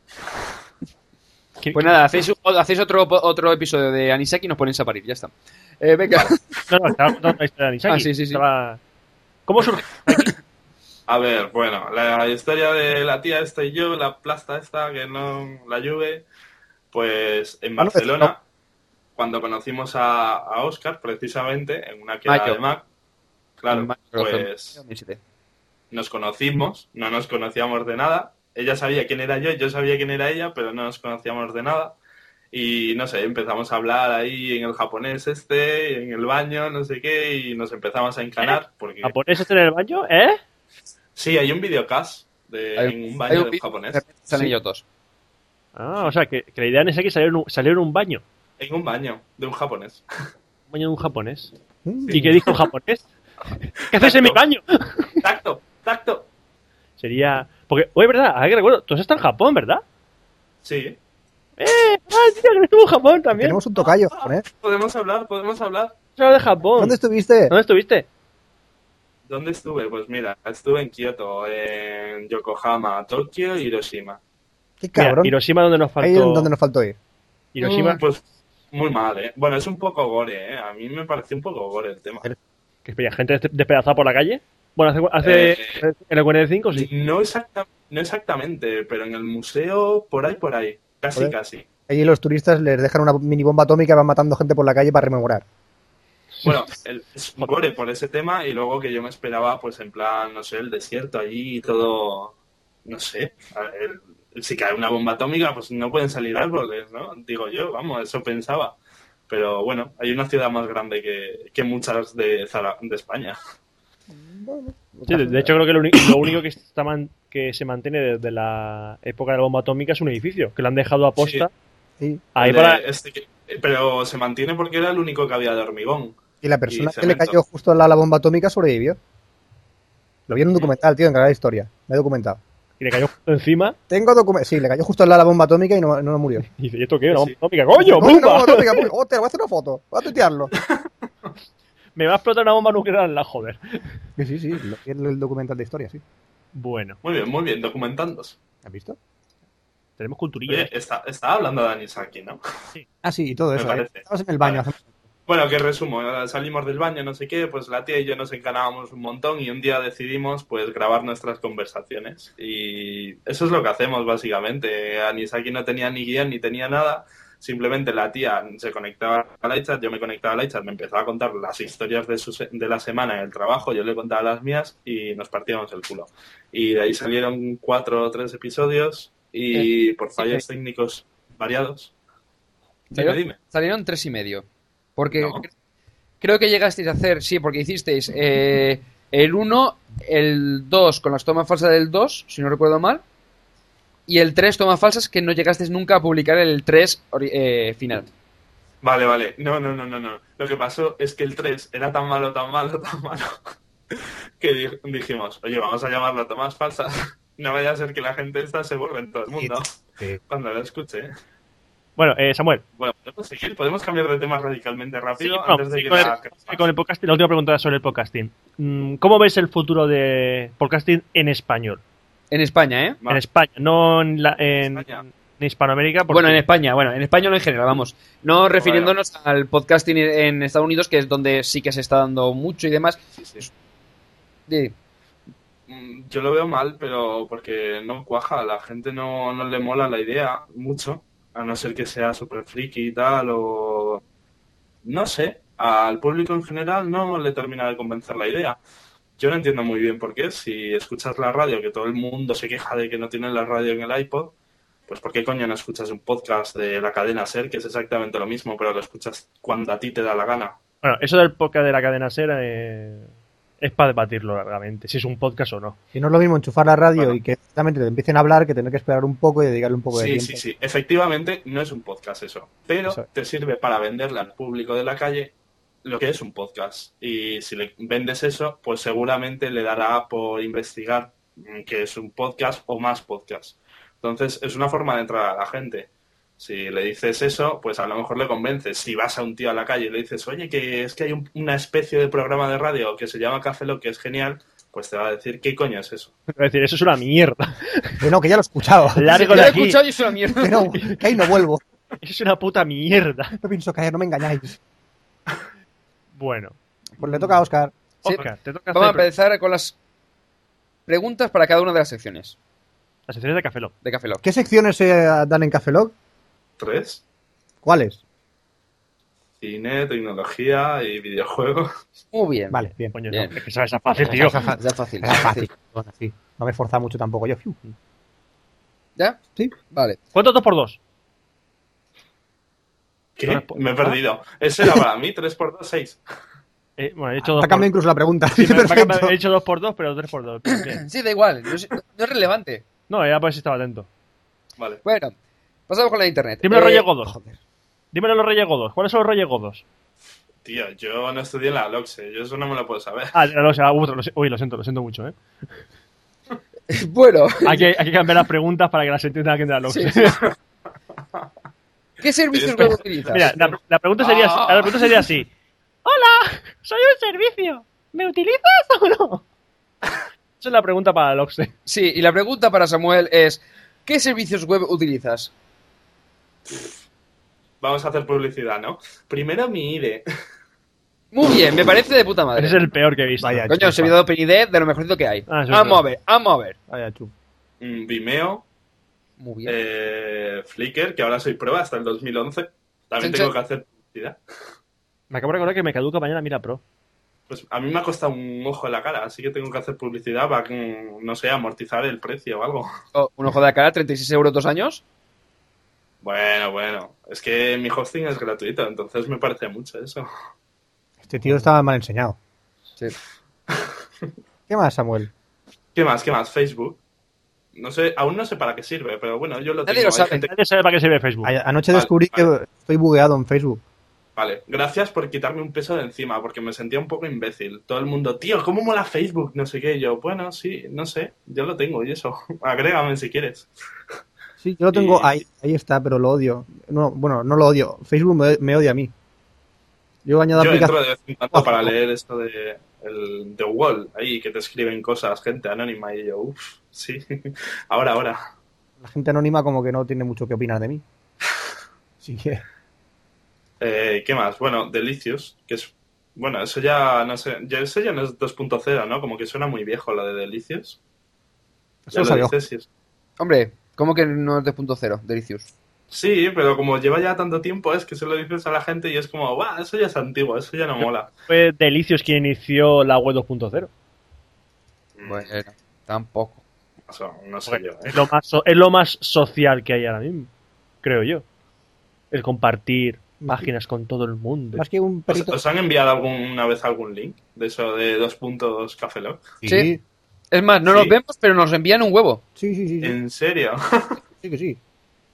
S2: ¿Qué-
S4: Pues nada, hacéis, un- hacéis otro, otro episodio de Anisaki y nos ponéis a parir, ya está. Eh, venga,
S2: No, no, estaba contando la historia de Anisaki.
S4: Ah, sí, sí, sí.
S2: Estaba- ¿Cómo surgió?
S5: A ver, bueno, la historia de la tía esta y yo, la plasta esta que no la lluve, pues en
S3: Ah, no,
S5: Barcelona, cuando conocimos a, a Oscar, precisamente, en una queda
S4: Mayo.
S5: de Mac, claro,
S4: Mayo,
S5: pues nos conocimos, no nos conocíamos de nada. Ella sabía quién era yo, yo sabía quién era ella, pero no nos conocíamos de nada. Y no sé, empezamos a hablar ahí en el japonés este, en el baño, no sé qué, y nos empezamos a encanar. Porque...
S2: ¿Japonés este en el baño? ¿Eh?
S5: Sí, hay un videocast de,
S4: Hay-
S5: en un
S4: hay
S5: baño
S4: un
S5: de un
S4: vídeo
S5: japonés.
S4: Están
S5: Sí,
S4: ellos dos.
S2: Ah, o sea, que, que la idea de Anisaki salió en un, salió en un baño.
S5: en un baño de un japonés.
S2: Un baño de un japonés.
S3: Mm.
S2: ¿Y qué dijo el japonés? ¿Qué haces en mi baño?
S5: Tacto, tacto.
S2: Sería. Porque, oye, ¿verdad? Ahora que recuerdo, tú has estado en Japón, ¿verdad?
S5: Sí.
S2: ¡Eh! ¡Ah, tío, que estuvo en Japón también!
S3: Tenemos un tocayo, ¿eh?
S5: Podemos hablar, podemos hablar.
S2: Hablar de Japón.
S3: ¿Dónde estuviste?
S2: ¿Dónde estuviste?
S5: ¿Dónde estuve? Pues mira, estuve en Kioto, en Yokohama, Tokio y Hiroshima.
S3: Qué
S2: Mira,
S3: cabrón.
S2: Hiroshima, donde nos faltó.
S3: Ahí es donde nos faltó ir.
S2: Hiroshima,
S5: Mm, Pues muy mal, ¿eh? Bueno, es un poco gore, ¿eh? A mí me pareció un poco gore el tema.
S2: que había gente des- despedazada por la calle. Bueno, hace,
S5: Eh,
S2: hace en el 45, sí.
S5: No, exacta- no exactamente, pero en el museo, por ahí, por ahí. Casi,
S3: Joder.
S5: casi.
S3: Allí los turistas les dejan una mini bomba atómica y van matando gente por la calle para rememorar.
S5: Bueno, el, es gore por ese tema y luego que yo me esperaba, pues en plan, no sé, el desierto allí y todo, no sé, a ver, si cae una bomba atómica, pues no pueden salir árboles, ¿no? Digo yo, vamos, eso pensaba. Pero bueno, hay una ciudad más grande que, que muchas de, Zara- de España.
S2: Sí, de, de hecho, creo que lo, uni- lo único que, está man- que se mantiene desde la época de la bomba atómica es un edificio, que lo han dejado aposta.
S3: Sí.
S2: Ahí
S5: El de-
S2: para.
S5: este que- pero se mantiene porque era el único que había de hormigón.
S3: Y la persona
S5: Y
S3: que le
S5: cemento.
S3: cayó justo al lado de la bomba atómica sobrevivió. Lo vi en un documental, tío, en Canal de Historia. Me he documentado.
S2: Y le cayó justo encima.
S3: Tengo documental. Sí, le cayó justo al lado de la bomba atómica y no, no murió.
S2: Y dice, ¿y esto qué? ¿Una bomba
S5: Sí.
S2: atómica? ¡Coño!
S3: ¡Coño, una
S2: ¡Bomba!
S3: bomba atómica! pues, ¡Hostia, voy a hacer una foto! ¡Voy a tuitearlo!
S2: Me va a explotar una bomba nuclear en la joder.
S3: Sí, sí, sí. Lo vi en el documental de historia, sí.
S2: Bueno,
S5: Muy bien, muy bien, documentándose.
S3: ¿Has visto?
S2: tenemos culturilla. ¿eh?
S5: Oye, está, estaba hablando de Anisaki, ¿no?
S3: Ah, sí, y todo
S5: Me
S3: eso. ¿eh?
S5: parece.
S3: Estabas en el baño. hace-
S5: Bueno, que resumo, eh, salimos del baño, no sé qué, pues la tía y yo nos encanábamos un montón y un día decidimos pues grabar nuestras conversaciones y eso es lo que hacemos básicamente. Anisaki no tenía ni guión ni tenía nada, simplemente la tía se conectaba al iChat, yo me conectaba al iChat, me empezaba a contar las historias de, su se- de la semana en el trabajo, yo le contaba las mías y nos partíamos el culo. Y de ahí salieron cuatro o tres episodios y por fallos técnicos variados. Dime,
S4: ¿Salieron?
S5: dime.
S4: Salieron tres y medio. Porque
S5: No.
S4: cre- creo que llegasteis a hacer, sí, porque hicisteis eh, el 1, el 2 con las tomas falsas del 2, si no recuerdo mal, y el 3 tomas falsas que no llegasteis nunca a publicar el 3 final.
S5: Vale, vale. No, no, no, no, no. Lo que pasó es que el 3 era tan malo, tan malo, tan malo, que di- dijimos, oye, vamos a llamarlo Tomás Falsa. No vaya a ser que la gente esta se borre en todo el mundo
S3: Sí.
S5: cuando la escuche.
S2: Bueno, eh, Samuel,
S5: Bueno, podemos seguir, podemos cambiar de tema radicalmente rápido
S2: Sí, no,
S5: antes de
S2: sí,
S5: que
S2: con
S5: la...
S2: eh, con el podcasting, la última pregunta era sobre el podcasting. Mm, ¿Cómo ves el futuro de podcasting en español?
S4: En España, ¿eh?
S5: Va.
S2: En España, no en, la- en-
S5: España.
S2: en Hispanoamérica. porque-
S4: Bueno, en España, bueno, en España no en general, vamos. No refiriéndonos al podcasting en Estados Unidos, que es donde sí que se está dando mucho y demás.
S5: Sí, sí.
S4: Sí.
S5: Mm, Yo lo veo mal, pero porque no cuaja, a la gente no, no le mola la idea mucho, a no ser que sea súper friki y tal, o no sé, al público en general no le termina de convencer la idea. Yo no entiendo muy bien por qué, si escuchas la radio, que todo el mundo se queja de que no tienen la radio en el iPod, pues ¿por qué coño no escuchas un podcast de la cadena SER, que es exactamente lo mismo, pero lo escuchas cuando a ti te da la gana?
S2: Bueno, eso del podcast de la cadena SER, eh, es para debatirlo largamente, si es un podcast o no.
S3: Si no es lo mismo enchufar la radio
S5: Bueno.
S3: y que exactamente te empiecen a hablar que tener que esperar un poco y dedicarle un poco de
S5: Sí,
S3: tiempo.
S5: sí, sí. Efectivamente, no es un podcast eso. Pero
S3: Eso es.
S5: te sirve para venderle al público de la calle lo que es un podcast. Y si le vendes eso, pues seguramente le dará por investigar mm, que es un podcast o más podcast. Entonces, es una forma de entrar a la gente. Si le dices eso, pues a lo mejor le convences. Si vas a un tío a la calle y le dices, oye, que es que hay un- una especie de programa de radio que se llama Café Lock, que es genial, pues te va a decir, ¿qué coño es eso?
S2: Es decir, eso es una mierda.
S3: Que no, que ya lo he escuchado.
S4: Si
S2: Largo
S4: yo
S2: de
S4: lo he
S2: aquí.
S4: escuchado y es una mierda.
S3: Que no, que ahí no vuelvo.
S2: Eso es una puta mierda.
S3: No pienso caer, no me engañáis.
S2: Bueno,
S3: Pues le toca a Oscar.
S4: Sí.
S2: Oscar, te toca
S4: Vamos a
S2: hacer
S4: empezar con las preguntas para cada una de las secciones
S2: las sesiones de Café Lock.
S4: de Café Lock.
S3: ¿Qué secciones se dan en Café Lock?
S5: ¿Tres?
S3: ¿Cuáles?
S5: Cine, tecnología y videojuegos.
S4: Muy bien.
S3: Vale, bien.
S2: Coño,
S4: Bien.
S2: no, es que sabes, es fácil, tío.
S4: Ya es fácil.
S3: Era fácil. Bueno, sí. No me he esforzado mucho tampoco yo. Fiu.
S4: ¿Ya?
S3: Sí.
S4: Vale.
S2: ¿Cuánto dos por dos?
S5: ¿Qué?
S2: No respondo.
S5: Me he perdido. Ese era para mí, 3x2, 6.
S2: Eh, bueno, he hecho dos
S3: Ha cambiado
S2: por
S3: incluso la pregunta.
S2: Sí, me- me ha
S3: Perfecto.
S2: cambiado- He hecho dos por dos, pero tres por dos. Bien.
S4: Sí, da igual. No es, no es relevante.
S2: No, era por si estaba atento.
S5: Vale.
S4: Bueno, pasamos con la internet.
S2: Dímelo,
S4: Eh,
S2: Reyes Godos. Dímelo, los Reyes Godos. ¿Cuáles son los Reyes Godos?
S5: Tío, yo no estudié en la LOXE, yo eso no me lo puedo saber.
S2: Ah, no, o sea, uh, lo sé- uy, lo siento, lo siento mucho, ¿eh?
S4: Bueno,
S2: Hay que, hay que cambiar las preguntas para que las entienda la gente de la
S4: Sí,
S2: Lox.
S4: sí. ¿qué servicios
S5: Espera.
S4: web utilizas?
S2: Mira, la, la pregunta sería,
S5: Ah.
S2: la pregunta sería así. Hola, soy un servicio. ¿Me utilizas o no? Esa es la pregunta para la Lox.
S4: Sí, y la pregunta para Samuel es: ¿qué servicios web utilizas?
S5: Vamos a hacer publicidad, ¿no? Primero mi IDE.
S4: Muy bien, me parece de puta
S2: Ese
S4: madre.
S2: es el peor que he visto.
S3: Vaya.
S4: Coño, el servidor PNID de lo mejorcito que hay.
S2: Ah, eso es
S4: vamos a
S2: verdad.
S4: ver, vamos a ver.
S3: Vaya chu.
S5: mm, Vimeo,
S4: Muy bien.
S5: eh, Flickr, que ahora soy prueba hasta el 2011. También
S4: Chencho.
S5: tengo que hacer publicidad.
S2: Me acabo de recordar que me caduca mañana Mira Pro.
S5: Pues a mí me ha costado un ojo en la cara, así que tengo que hacer publicidad para, mm, no sé, amortizar el precio o algo.
S4: Oh, un ojo de la cara, 36 euros dos años.
S5: Bueno, bueno, es que mi hosting es gratuito, entonces me parece mucho eso.
S3: Este tío estaba mal enseñado.
S4: Sí.
S3: ¿Qué más, Samuel?
S5: ¿Qué más? ¿Qué más? Facebook. No sé, aún no sé para qué sirve, pero bueno, yo lo
S4: Nadie
S5: tengo.
S4: lo
S5: Hay
S4: sabe.
S5: gente-
S2: Nadie sabe para qué sirve Facebook.
S3: A- Anoche
S5: Vale,
S3: descubrí que estoy bugueado en Facebook.
S5: Vale, gracias por quitarme un peso de encima, porque me sentía un poco imbécil. Todo el mundo, tío, ¿cómo mola Facebook? No sé qué. Y yo, bueno, sí, no sé, yo lo tengo y eso. Agrégame si quieres.
S3: Sí, yo lo tengo
S5: Y-
S3: ahí, ahí está, pero lo odio. No, bueno, no lo odio. Facebook me, me odia a mí. Yo añado
S5: Yo entro
S3: aplicaciones. Oh,
S5: de vez en cuando para leer esto de el, The Wall, ahí que te escriben cosas, gente anónima, y yo, uff, sí, ahora, ahora.
S3: La gente anónima como que no tiene mucho que opinar de mí. Así que
S5: Eh, ¿Qué más? Bueno, Delicious, que es. Bueno, eso ya no sé, ya, eso ya no es 2.0, ¿no? Como que suena muy viejo lo de Delicious.
S3: eso
S5: Ya
S3: lo
S5: lo
S3: sabía.
S5: dices y es-
S4: Hombre, ¿cómo que no es 2.0? Delicious.
S5: Sí, pero como lleva ya tanto tiempo, es que se lo dices a la gente y es como, va, eso ya es antiguo, eso ya no mola.
S2: Fue Delicios quien inició la web 2.0.
S5: Mm.
S4: Bueno, tampoco.
S5: O sea, no sé
S2: Porque
S5: yo. ¿eh?
S2: Es lo, más so- es lo más social que hay ahora mismo, creo yo. El compartir páginas con todo el mundo.
S3: Más que un
S5: ¿Os,
S3: perrito.
S5: os han enviado alguna vez algún link de eso de 2.2 Café Lock?
S3: Sí,
S4: Es más, no
S5: Sí.
S4: los vemos, pero nos envían un huevo.
S3: sí, sí, sí, sí,
S5: ¿En serio?
S3: sí, que sí.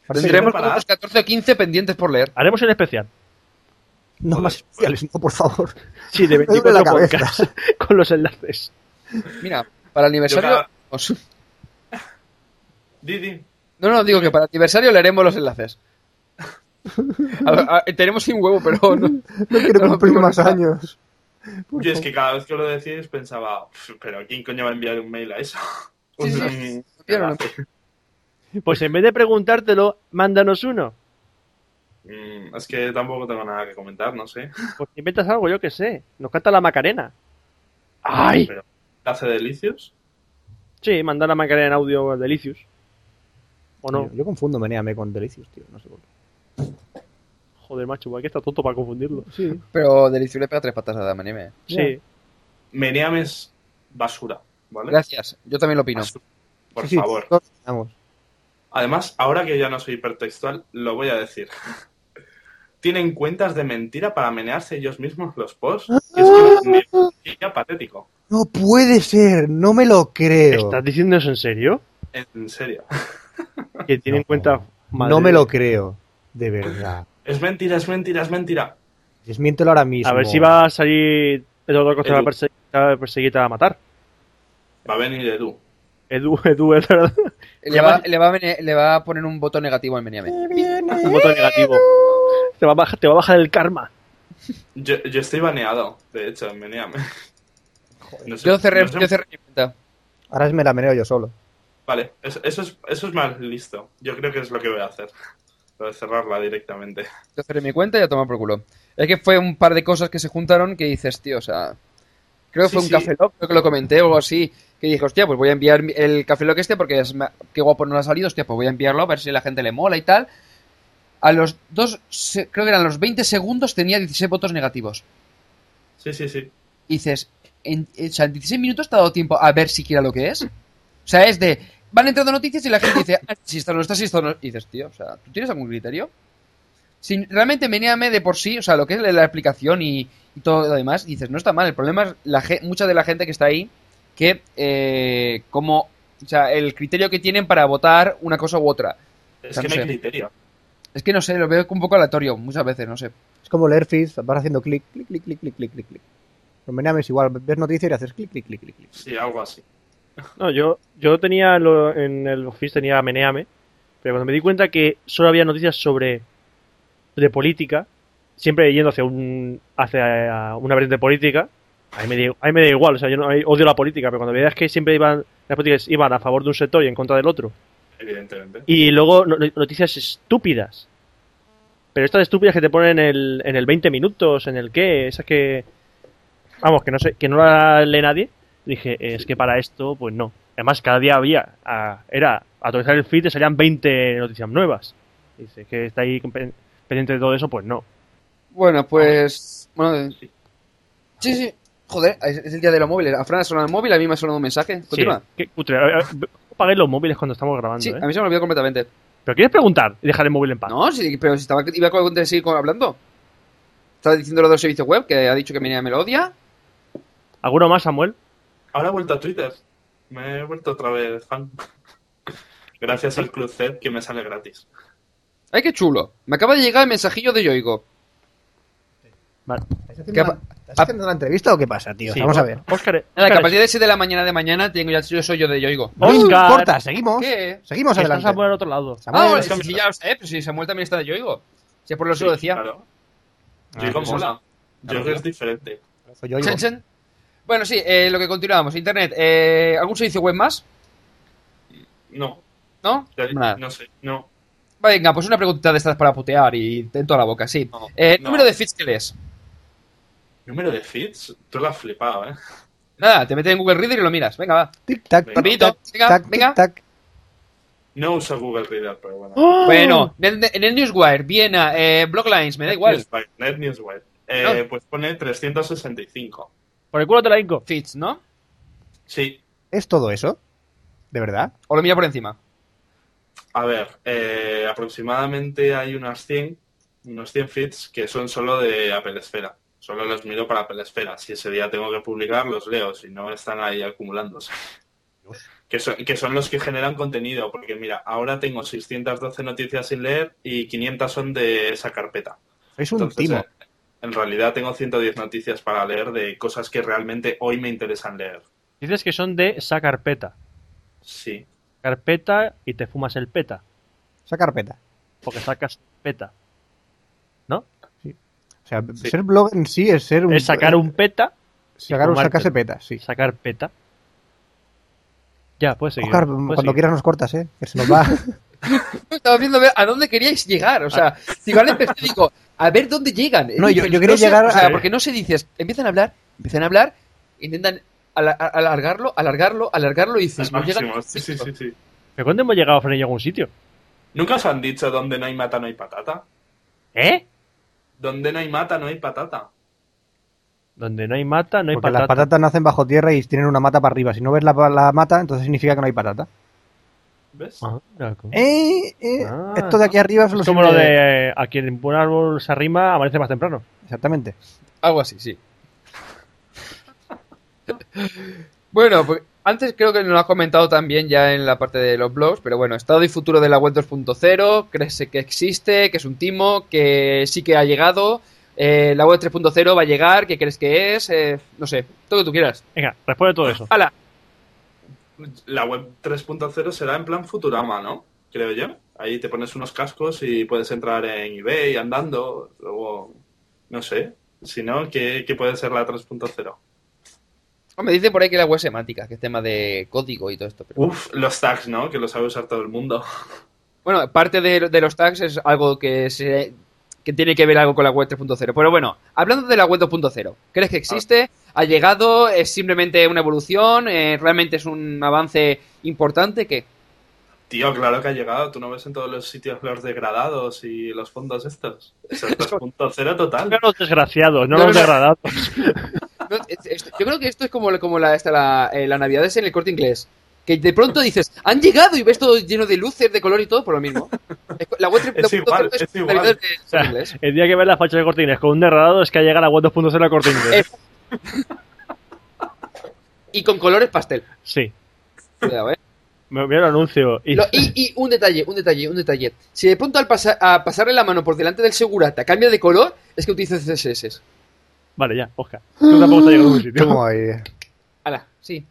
S3: Parece que
S4: Tendremos
S5: para-
S4: como unos 14 o 15 pendientes por leer.
S2: Haremos un especial.
S3: no más especiales, no, por favor.
S2: Sí, de
S3: Me duele la
S2: 24
S3: cabeza.
S2: podcasts con los enlaces.
S4: Mira, para el aniversario.
S5: cada-
S4: os-
S5: Didi,
S4: No, no, digo que para el aniversario leeremos los enlaces. A ver, a- tenemos un huevo, pero no.
S3: No quiero
S4: No,
S3: cumplir
S4: no,
S3: más
S4: no.
S3: años. Por
S5: yo es
S3: favor.
S5: que cada vez que lo decís pensaba, "Pf, pero ¿quién coño va a enviar un mail a eso?
S4: Sí, sí,
S5: Un-
S4: sí. Vieron,
S2: Pues en vez de preguntártelo, mándanos uno.
S5: Mm, es que tampoco tengo nada que comentar, no sé.
S2: Pues inventas algo, yo que sé. Nos canta la Macarena. ¡Ay!
S5: Pero, ¿Hace delicios?
S2: Sí, mandar la Macarena en audio a Delicious. ¿O no?
S3: Yo, yo confundo Meneame con Delicious, tío. No sé por qué.
S2: Joder, macho, igual que está tonto para confundirlo.
S3: Sí.
S4: Pero Delicious le pega tres patas a eh. Dama Anime.
S2: Sí.
S5: Meniam es basura, ¿vale?
S4: Gracias, yo también lo opino.
S5: Basura, Por
S3: sí, sí,
S5: favor.
S3: todos Vamos.
S5: Además, ahora que ya no soy hipertextual, lo voy a decir. Tienen
S4: Ah.
S5: cuentas de mentira para menearse ellos mismos los posts. que Es que me parecía patético.
S3: Ah, No puede ser, no me lo creo.
S2: ¿Estás diciendo eso en serio?
S5: En serio.
S2: Que tiene en
S3: No.
S2: cuenta. Madre
S3: No me
S2: mía.
S3: lo creo, de verdad.
S5: Es mentira, es mentira, es mentira.
S3: Desmiéntelo ahora mismo.
S2: A ver si va a salir Eduardo Costa
S5: Edu.
S2: a perseguir, a perseguir a matar.
S5: Va a venir Edu.
S2: Edu, Edu, es verdad.
S4: Le va, le, va a vene- le va a poner un voto negativo al Meniame.
S2: Un voto negativo. Te va, a bajar, te va a bajar el karma.
S5: Yo, yo estoy baneado, de hecho, en Meneame. No sé-
S4: Yo cerré,
S5: no sé-
S4: yo cerré mi cuenta.
S3: Ahora me la meneo yo solo.
S5: Vale, eso, eso es, eso es más listo. Yo creo que es lo que voy a hacer. Lo de cerrarla directamente.
S4: Yo cerré mi cuenta y a tomar por culo. Es que fue un par de cosas que se juntaron que dices, tío, o sea. Creo que
S5: Sí,
S4: fue un
S5: sí.
S4: café Lock, creo que lo comenté o algo así. Que dije, hostia, pues voy a enviar mi- el café Lock este porque es ma- qué guapo no lo ha salido. Hostia, pues voy a enviarlo a ver si a la gente le mola y tal. A los dos, se- creo que eran los 20 segundos, tenía 16 votos negativos.
S5: Sí, sí, sí.
S4: Y dices, en, eh, o sea, en 16 minutos te ha dado tiempo a ver siquiera lo que es. O sea, es de, van entrando noticias y la gente dice, ah, si esto no está, si esto no. Y dices, tío, o sea, ¿tú tienes algún criterio? Si realmente meneame de por sí, o sea, lo que es la explicación y, y todo lo demás, dices, no está mal. El problema es la ge- mucha de la gente que está ahí, que, eh, como, o sea, el criterio que tienen para votar una cosa u otra.
S5: Es
S4: Ya
S5: que
S4: no
S5: no hay
S4: sé.
S5: criterio.
S4: Es que no sé, lo veo un poco aleatorio muchas veces, no sé.
S3: Es como leer feeds, vas haciendo clic, clic, clic, clic, clic, clic, clic, clic. Los meneames igual, ves noticias y haces clic, clic, clic, clic, clic.
S5: Sí, algo así.
S2: No, yo, yo tenía lo- en el office tenía Meneame, pero cuando me di cuenta que solo había noticias sobre de política, siempre yendo hacia un hacia una vertiente política, ahí me, di- ahí me da igual, o sea, yo no, ahí odio la política, pero cuando veías que siempre iban las políticas iban a favor de un sector y en contra del otro,
S5: Evidentemente.
S2: y luego no- noticias estúpidas. Pero estas estúpidas que te ponen en el, en el 20 minutos, en el qué, esas que. Vamos, que no sé, que no la lee nadie. Dije, es que para esto, pues no. Además, cada día había. a- era actualizar el feed y salían 20 noticias nuevas. Dice, que está ahí pen- pendiente de todo eso, pues no.
S4: Bueno, pues. Bueno,
S5: Sí.
S4: sí, sí. Joder, es es el día de los móviles. A Fran ha sonado el móvil, a mí me ha sonado un mensaje.
S2: Sí,
S4: Continúa.
S2: qué cutre. A- a- Apagué los móviles cuando estamos grabando,
S4: Sí,
S2: ¿eh?
S4: a mí se me olvidó completamente.
S2: Pero quieres preguntar y dejar el móvil en paz.
S4: No, sí, pero si estaba, iba a seguir con- hablando. Estaba diciendo lo del servicio web, que ha dicho que venía me lo odia.
S2: ¿Alguno más, Samuel?
S5: Ahora he vuelto a Twitter. Me he vuelto otra vez fan. Gracias al Crucet que me sale gratis.
S4: Ay, qué chulo. Me acaba de llegar el mensajillo de Yoigo.
S2: Vale.
S3: ¿Estás haciendo,
S4: ¿Qué
S3: una,
S4: pa-
S3: estás haciendo una entrevista o qué pasa, tío?
S2: Sí,
S3: Vamos a ver.
S2: Óscar-
S4: Nada, que a
S2: Óscar,
S4: partir de 6 de la mañana de mañana tengo ya el yo soy yo de Yoigo.
S3: No
S2: Oscar.
S3: importa, seguimos.
S4: ¿Qué?
S3: Seguimos
S2: estás
S3: adelante.
S2: a por otro lado.
S4: Ah,
S3: Samuel,
S4: bueno, sí, sí, ya lo sé, pero si Samuel también está de Yoigo. Si por lo
S5: Sí,
S4: que lo decía.
S5: Claro.
S3: Ah,
S5: Yo digo,
S4: pues
S5: mola. Yo
S4: Claro,
S5: creo que es diferente.
S3: soy yo,
S4: Chen,
S3: Ivo.
S4: chen. Bueno, sí, eh, lo que continuamos. Internet. Eh, ¿Algún servicio web más?
S5: No,
S4: ¿No?
S5: ya-
S4: Nada.
S5: no sé. No.
S4: Venga, pues una preguntita de estas para putear y en toda la boca, sí.
S5: No,
S4: Eh,
S5: no.
S4: Número de feeds que lees.
S5: Número de feeds. Tú lo has flipado, ¿eh?
S4: Nada, te metes en Google Reader y lo miras. Venga, va.
S3: Tic tac,
S5: Venga.
S3: tic
S4: Rapidito.
S3: tac,
S4: Venga,
S3: tac,
S4: venga.
S3: tic tac.
S5: No uso Google Reader, pero bueno.
S4: Oh,
S3: ¡Ah! Oh.
S4: Bueno, en, en el Newswire, Viena, eh, Bloglines, me da igual.
S5: Newswire, Net Newswire. Eh,
S4: No.
S5: Pues pone 365.
S2: Por el culo te la hinco.
S4: Feeds, ¿no?
S5: Sí.
S3: ¿Es todo eso? ¿De verdad?
S4: O lo mira por encima.
S5: A ver, eh, aproximadamente hay unas 100, unos 100 feeds que son solo de Apple Esfera. Solo los miro para Apple Esfera. Si ese día tengo que publicar, los leo. Si no, están ahí acumulándose. Que son, que son los que generan contenido. Porque mira, ahora tengo 612 noticias sin leer y 500 son de esa carpeta.
S3: Sois un
S5: Entonces,
S3: timo.
S5: eh, en realidad tengo 110 noticias para leer de cosas que realmente hoy me interesan leer.
S2: Dices que son de esa carpeta.
S5: Sí.
S2: Carpeta y te fumas el peta.
S3: Esa carpeta.
S2: Porque sacas peta.
S3: O sea,
S5: Sí.
S3: ser blog en sí es ser un... eh,
S2: Es sacar un peta
S3: Sacar un
S2: fumarte.
S3: sacarse petas, sí.
S2: y sacar peta. Ya, puedes seguir.
S3: Oscar,
S2: puedes
S3: cuando
S2: seguir.
S3: quieras nos cortas, ¿eh? Que se nos va.
S4: Estaba viendo a ver a dónde queríais llegar. O sea, digo, ahora empecé, digo, a ver dónde llegan.
S3: No, yo- yo quería
S4: sé,
S3: llegar
S4: o sea,
S3: a-
S4: porque no se dices, empiezan a hablar, empiezan a hablar, intentan ala- a- alargarlo, alargarlo, alargarlo y dices,
S5: Al
S4: no llegan.
S5: máximo. Sí, sí, sí, sí.
S2: ¿Pero cuándo hemos llegado a Frenillo a algún sitio?
S5: ¿Nunca os han dicho donde no hay mata no hay patata?
S2: ¿Eh?
S5: Donde no hay mata no hay patata.
S2: Donde no hay mata, no hay
S3: Porque las
S2: patata.
S3: patatas nacen bajo tierra y tienen una mata para arriba. Si no ves la, la mata, entonces significa que no hay patata.
S5: ¿Ves?
S2: Ah, mira, como-
S3: Eh, eh,
S2: Ah.
S3: esto de aquí arriba es lo
S2: es como lo
S3: simple-
S2: de eh, a quien un árbol se arrima amanece más temprano.
S3: Exactamente.
S4: Algo así, sí. Bueno, pues antes creo que nos lo has comentado también ya en la parte de los blogs, pero bueno, estado y futuro de la web 2.0, crees que existe, que es un timo, que sí que ha llegado, eh, la web 3.0 va a llegar, ¿qué crees que es? Eh, no sé, todo lo que tú quieras.
S2: Venga, responde todo eso.
S4: ¡Hala!
S5: La web 3.0 será en plan Futurama, ¿no? Creo yo. Ahí te pones unos cascos y puedes entrar en eBay andando, luego, no sé. Si no, ¿qué, qué puede ser la 3.0?
S4: Me dice por ahí que la web semántica, que es tema de código y todo esto. pero-
S5: Uf, los tags, ¿no? Que los sabe usar todo el mundo.
S4: Bueno, parte de, de los tags es algo que se que tiene que ver algo con la web 3.0. Pero bueno, hablando de la web 2.0, ¿crees que existe?
S5: Ah.
S4: ¿Ha llegado? ¿Es simplemente una evolución? Eh, ¿Realmente es un avance importante? ¿Qué?
S5: Tío, claro que ha llegado. Tú no ves en todos los sitios los degradados y los fondos estos. Es el 3.0
S2: No
S5: total.
S2: los desgraciados, no,
S4: No,
S2: los
S4: no.
S2: degradados.
S4: No, es- es- yo creo que esto es como, como la, esta, la, eh, la Navidad es en el corte inglés. Que de pronto dices, han llegado y ves todo lleno de luces, de color y todo, por lo mismo. Es co- La web 3.0
S5: Es igual, es igual.
S4: Navidad de-
S2: O sea,
S4: de inglés.
S2: el día que ves la facha de cortines con un degradado es que llega la web 2.0 a cortines.
S3: Eh.
S4: Y con colores pastel.
S2: Sí.
S4: Cuidado, eh.
S2: Me veo el anuncio y
S4: Lo- y, y un detalle, un detalle, un detalle. Si de pronto al pasa- a pasarle la mano por delante del segurata cambia de color, es que utiliza CSS.
S2: Vale, ya, Oscar. Tú tampoco te has llegado a ningún sitio.
S3: ¿Cómo ahí?
S4: Ala, sí.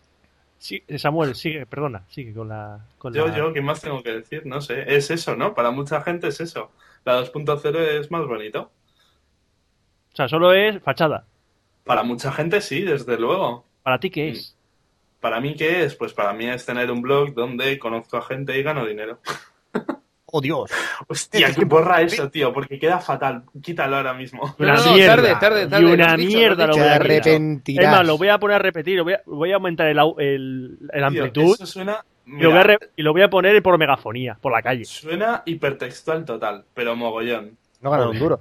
S2: Sí, Samuel, sigue, perdona, sigue con la. Con
S5: Yo,
S2: la-
S5: yo, ¿qué más tengo que decir? No sé. Es eso, ¿no? Para mucha gente es eso. La 2.0 es más bonito.
S2: O sea, solo es fachada.
S5: Para mucha gente sí, desde luego.
S2: ¿Para ti qué es?
S5: Mm. ¿Para mí qué es? Pues para mí es tener un blog donde conozco a gente y gano dinero.
S3: ¡Oh, Dios!
S5: Hostia, que borra eso, tío, porque queda fatal. Quítalo ahora mismo.
S4: No, no, no, tarde, tarde, tarde.
S2: Y
S4: lo
S2: una
S4: has dicho,
S2: mierda
S4: lo has
S3: Te
S2: lo voy a quitar.
S4: dicho.
S3: arrepentirás.
S2: Es más, lo voy a poner a repetir, lo voy a, voy a aumentar el, au- el, el
S5: Tío,
S2: amplitud
S5: eso suena...
S2: y, lo voy a
S5: mira,
S2: re- y lo voy a poner por megafonía, por la calle.
S5: Suena hipertextual total, pero mogollón.
S3: No ganan un duro.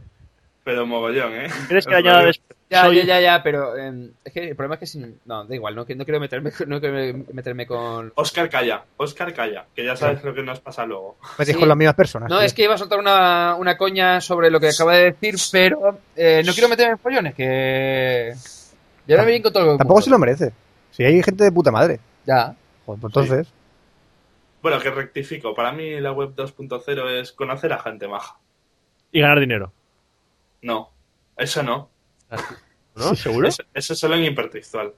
S5: Pero mogollón, ¿eh?
S2: ¿Crees que la
S5: Os lo
S2: añada
S5: digo.
S2: después?
S4: Ya,
S2: Soy-
S4: ya, ya, ya, pero eh, es que el problema es que sin... No, da igual, no, que- no quiero meterme, con- no quiero meterme con...
S5: Oscar calla, Oscar calla, que ya sabes lo que nos pasa luego.
S3: Me
S4: Sí.
S3: dijo las mismas personas.
S4: No,
S3: tío.
S4: es que iba a soltar una, una coña sobre lo que acaba de decir, pero eh, no quiero meterme en follones, que... Ya no me vienen con todo el
S3: Tampoco
S4: mundo.
S3: se lo merece. Si hay gente de puta madre.
S4: Ya.
S3: Joder, pues entonces,
S5: Bueno, que rectifico, para mí la web 2.0 es conocer a gente maja.
S2: Y ganar dinero.
S5: No, eso no.
S2: ¿No? ¿Seguro? Es
S5: Eso, eso solo en hipertextual.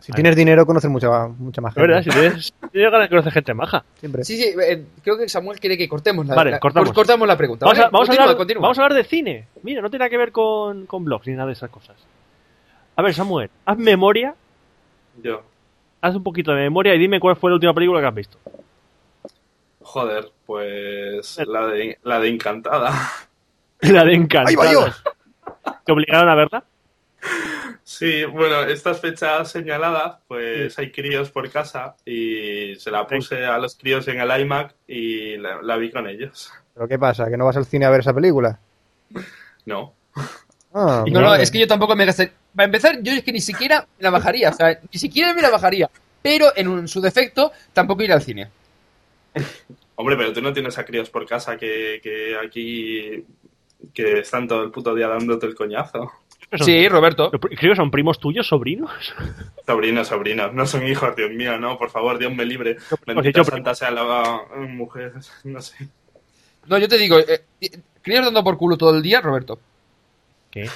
S3: si tienes dinero, conoces mucha, mucha más gente.
S2: verdad, si tienes, si tienes ganas de conocer gente maja.
S3: Siempre.
S4: Sí, sí, eh, creo que Samuel quiere que cortemos la,
S2: Vale,
S4: la-
S2: cortamos.
S4: cortamos la pregunta.
S2: Vamos,
S4: ¿vale?
S2: a, vamos, a
S4: Continúa,
S2: hablar,
S4: continúa.
S2: vamos a hablar de cine. Mira, no tiene nada que ver con, con blogs ni nada de esas cosas. A ver, Samuel, haz memoria,
S5: Yo,
S2: haz un poquito de memoria y dime cuál fue la última película que has visto.
S5: joder, pues la de, la de encantada.
S2: La de Encantados.
S3: ¡Ahí va Dios!
S2: ¿Te obligaron a verla?
S5: Sí, bueno, estas fechas señaladas, pues hay críos por casa y se la puse a los críos en el iMac y la, la vi con ellos.
S3: ¿Pero qué pasa? ¿Que no vas al cine a ver esa película?
S5: No,
S3: Ah,
S4: No, no,
S3: vale.
S4: es que yo tampoco me gastaría. Para empezar, yo es que ni siquiera me la bajaría. O sea, ni siquiera me la bajaría. Pero en un- su defecto, tampoco ir al cine.
S5: Hombre, pero tú no tienes a críos por casa que, que aquí que están todo el puto día dándote el coñazo.
S2: Creo que son-
S4: Sí, Roberto.
S2: Creo que son primos tuyos, sobrinos.
S5: Sobrinos, sobrinos, no son hijos, Dios mío, no, por favor, Dios me libre. Bendita
S2: yo-
S5: santa sea la eh, mujer, no sé.
S4: No, yo te digo, eh, eh, críos dando por culo todo el día, Roberto.
S2: ¿Qué?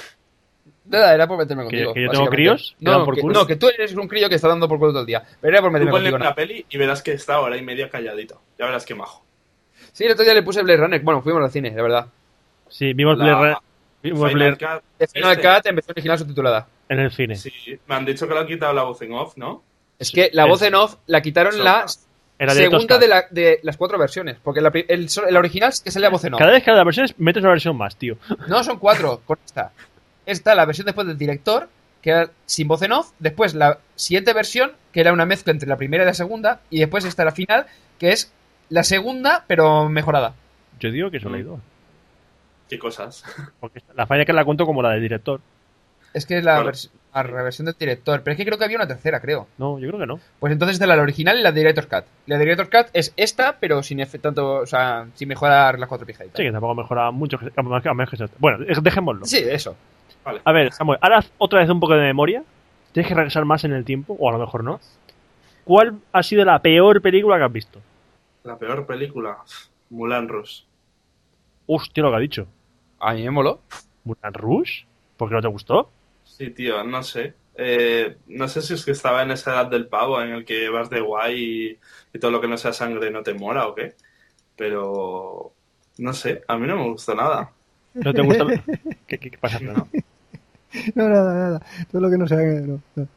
S4: Nada, era por meterme contigo.
S2: que yo tengo
S4: básicamente.
S2: críos que dan
S4: No,
S2: por
S4: que,
S2: culo.
S4: no, que tú eres un crío que está dando por culo todo el día. Pero era por
S5: Tú
S4: meterme
S5: ponle
S4: contigo.
S5: una
S4: nada.
S5: peli y verás que está hora y media calladito. Ya verás que majo.
S4: Sí, el otro día le puse Blade Runner. Bueno, fuimos al cine, de verdad.
S2: Sí, vimos
S5: La-
S2: Blair Ra- vimos
S5: Final
S2: Blair
S5: Cut,
S4: De Final
S5: Este.
S4: Cut en versión original subtitulada.
S2: en el cine.
S5: sí, me han dicho que le han quitado la voz en off, ¿no?
S4: Es que la
S2: Es-
S4: voz en off la quitaron
S5: Eso.
S4: la
S2: Era directo
S4: segunda
S2: Oscar.
S4: de, la- de las cuatro versiones. Porque la, pri- el, el original es que sale la voz en off.
S2: Cada vez que la versión metes una versión más, tío.
S4: No, son cuatro con esta. Esta, la versión después del director, que era sin voz en off. Después la siguiente versión, que era una mezcla entre la primera y la segunda. Y después está la final, que es la segunda, pero mejorada.
S2: Yo digo que solo
S5: Mm.
S2: hay dos.
S5: Qué cosas.
S2: Porque la falla que la cuento como la del director.
S4: Es que es la,
S5: Vale.
S4: vers- la reversión del director. Pero es que creo que había una tercera, creo.
S2: No, yo creo que no.
S4: Pues entonces está la original y la director cut. La director cut es esta, pero sin efe- tanto, o sea, sin mejorar las cuatro pijaditas.
S2: Sí, que tampoco mejoraba mucho. que- a menos que- a menos que se- Bueno, eh, dejémoslo.
S4: Sí, eso.
S5: Vale.
S2: A ver, Samuel, ahora haz otra vez un poco de memoria Tienes que regresar más en el tiempo, o a lo mejor no. ¿Cuál ha sido la peor película que has visto?
S5: La peor película, Mulan Rush.
S2: Hostia, lo que ha dicho.
S4: A mí me moló.
S2: ¿Mulan Rush? ¿Por qué no te gustó?
S5: Sí, tío, no sé. Eh, no sé si es que estaba en esa edad del pavo en el que vas de guay y, y todo lo que no sea sangre no te mola o qué. Pero no sé, a mí no me gustó nada.
S2: ¿No te gusta? la- ¿Qué, qué, qué pasa?
S5: No.
S3: No, nada, nada. Todo lo que no sea. No, no.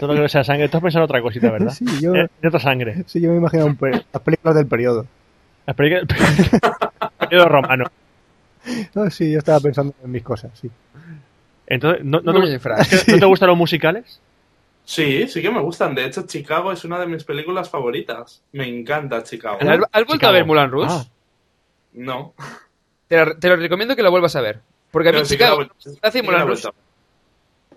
S2: Todo lo que no sea sangre. Estás pensando en otra cosita, ¿verdad?
S3: Sí, yo,
S2: Eh, De otra sangre.
S3: sí, yo me imagino un pe- las películas del periodo.
S2: Las películas- Periodo romano.
S3: No, sí, yo estaba pensando en mis cosas, sí.
S2: Entonces, ¿no, no
S4: Muy
S2: te,
S4: bien, Fran.
S2: gust- ¿no te gustan los musicales?
S5: Sí, sí que me gustan. De hecho, Chicago es una de mis películas favoritas. Me encanta Chicago.
S4: ¿Has, has vuelto
S2: Chicago.
S4: a ver Mulan Rush?
S2: Ah.
S5: No.
S4: Te, la- te lo recomiendo que la vuelvas a ver. Porque a mí
S5: Pero sí que
S4: Chicago...
S5: la vuelta-
S4: hace
S5: sí que
S4: Mulan
S5: la
S4: Rush.
S5: vuelta.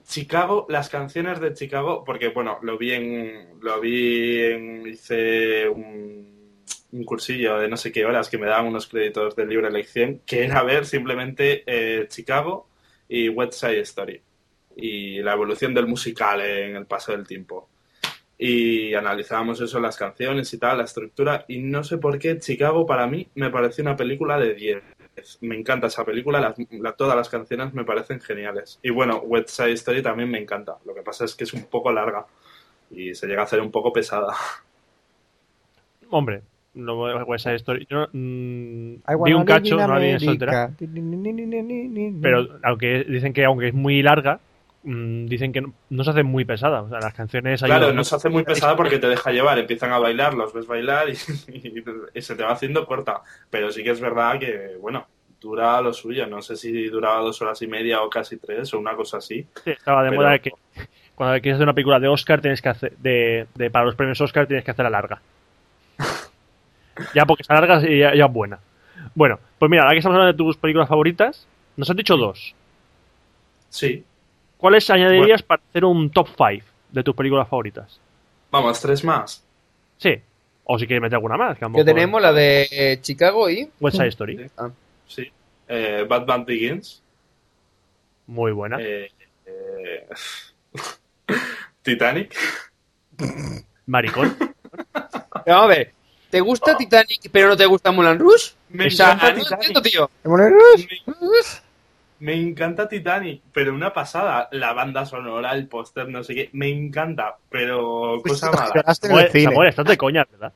S5: Chicago, las canciones de Chicago, porque bueno, lo vi en, lo vi en, hice un, un cursillo de no sé qué horas que me daban unos créditos de libre elección, que era ver simplemente eh, Chicago y West Side Story y la evolución del musical en el paso del tiempo. Y analizábamos eso, las canciones y tal, la estructura, y no sé por qué Chicago para mí me pareció una película de 10. Me encanta esa película, las- la- todas las canciones me parecen geniales. Y bueno, West Side Story también me encanta, lo que pasa es que es un poco larga y se llega a hacer un poco pesada.
S2: Hombre, no voy a esa historia. Yo mm,
S3: I
S2: vi
S3: wanna live
S2: un cacho,
S3: in
S2: no la vi en
S3: America.
S2: soltera.
S3: Pero
S2: Pero aunque dicen que aunque es muy larga, mm, dicen que no, no se hace muy pesada. O sea, las canciones
S5: Claro,
S2: ayudan
S5: no se hace muy pesada porque te deja llevar, empiezan a bailar, los ves bailar y, y- y se te va haciendo corta. Pero sí que es verdad que, bueno, dura lo suyo. No sé si duraba dos horas y media o casi tres o una cosa así.
S2: Sí, estaba de
S5: Pero-
S2: moda que cuando quieres hacer una película de Oscar tienes que hacer de, de- para los premios Oscar tienes que hacerla larga. ya porque está larga y ya, ya es buena. Bueno, pues mira, ahora que estamos hablando de tus películas favoritas, nos han dicho dos.
S5: Sí.
S2: ¿Cuáles añadirías para hacer un top 5 de tus películas favoritas?
S5: Vamos, tres más.
S2: Sí. O si quieres meter alguna más. Que a lo
S4: Que
S2: mejor-
S4: tenemos la de eh, Chicago y...
S2: West Side Story.
S4: Ah.
S5: Sí. Eh, Batman Begins.
S2: Muy buena.
S5: eh, eh, Titanic.
S2: Maricón.
S4: Vamos a ver. ¿Te gusta Titanic pero no te gusta Mulan Rush?
S5: Me
S4: o sea,
S5: encanta
S4: no
S5: Titanic.
S4: entiendo, tío.
S5: Me- Me encanta Titanic, pero una pasada. La banda sonora, el póster, no sé qué. Me encanta,
S4: Pues
S5: pero cosa mala.
S3: pues lloraste en el
S2: Samuel,
S3: cine.
S2: Samuel, estás de coña, ¿verdad?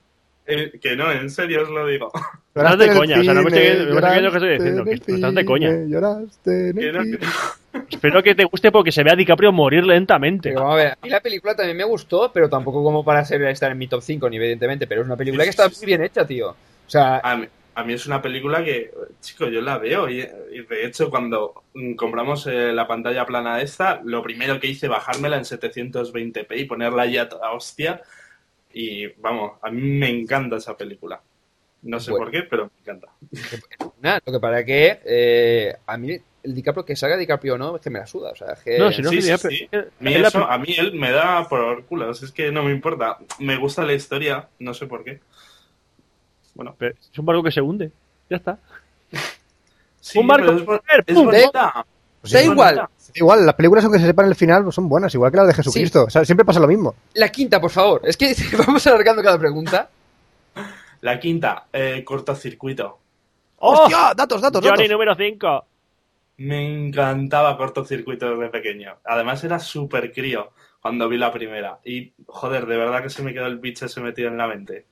S5: Eh, que no, en serio os lo digo.
S2: estás de
S3: Lloraste en el
S2: coña, o sea, no me estoy-
S3: cine,
S2: no me estoy creyendo lo que estoy
S3: lloraste
S2: diciendo,
S3: en
S2: que
S3: el
S2: estás de coña.
S3: cine, Lloraste en
S5: Que
S3: el
S5: no,
S3: cine.
S4: Pues
S5: que-
S2: Espero que te guste porque se ve a DiCaprio morir lentamente.
S4: Pero vamos a ver, a mí la película también me gustó, pero tampoco como para ser, estar en mi top 5, ni evidentemente, pero es una película que está muy bien hecha, tío. O sea,
S5: A mí, a mí es una película que, eh, chico, yo la veo y, y de hecho cuando mm, compramos eh, la pantalla plana esta, lo primero que hice bajármela en 720p y ponerla ya a toda hostia y vamos, a mí me encanta esa película. No sé
S4: Bueno.
S5: por qué, pero me encanta.
S4: nada, lo que para que eh, a mí el DiCaprio, que salga DiCaprio o no, es que me la suda. O sea, es que...
S2: No, si no,
S5: Sí,
S2: que
S5: sí,
S2: diga,
S5: sí.
S2: pero-
S5: A mí,
S2: es la
S5: eso- ah.
S2: prim-
S5: a mí él me da por culo, o sea, es que no me importa. Me gusta la historia, no sé por qué. Bueno,
S2: pero es un barco que se hunde. Ya está.
S5: sí,
S2: un barco.
S5: pero es, bo-
S2: ¡Pum!
S5: es
S4: ¡Pum!
S5: bonita.
S3: Pues
S4: Da
S5: Es
S4: igual.
S5: bonita.
S3: Igual, las películas aunque se sepan el final pues son buenas, igual que la de Jesucristo. O sea, siempre pasa lo mismo.
S4: La quinta, por favor. Es que vamos alargando cada pregunta.
S5: La quinta, eh, cortocircuito.
S2: ¡Oh!
S3: ¡Hostia! Datos, datos, datos.
S2: Johnny número 5.
S5: Me encantaba cortocircuito desde pequeño. Además era súper crío cuando vi la primera. Y joder, de verdad que se me quedó el bicho ese metido en la mente.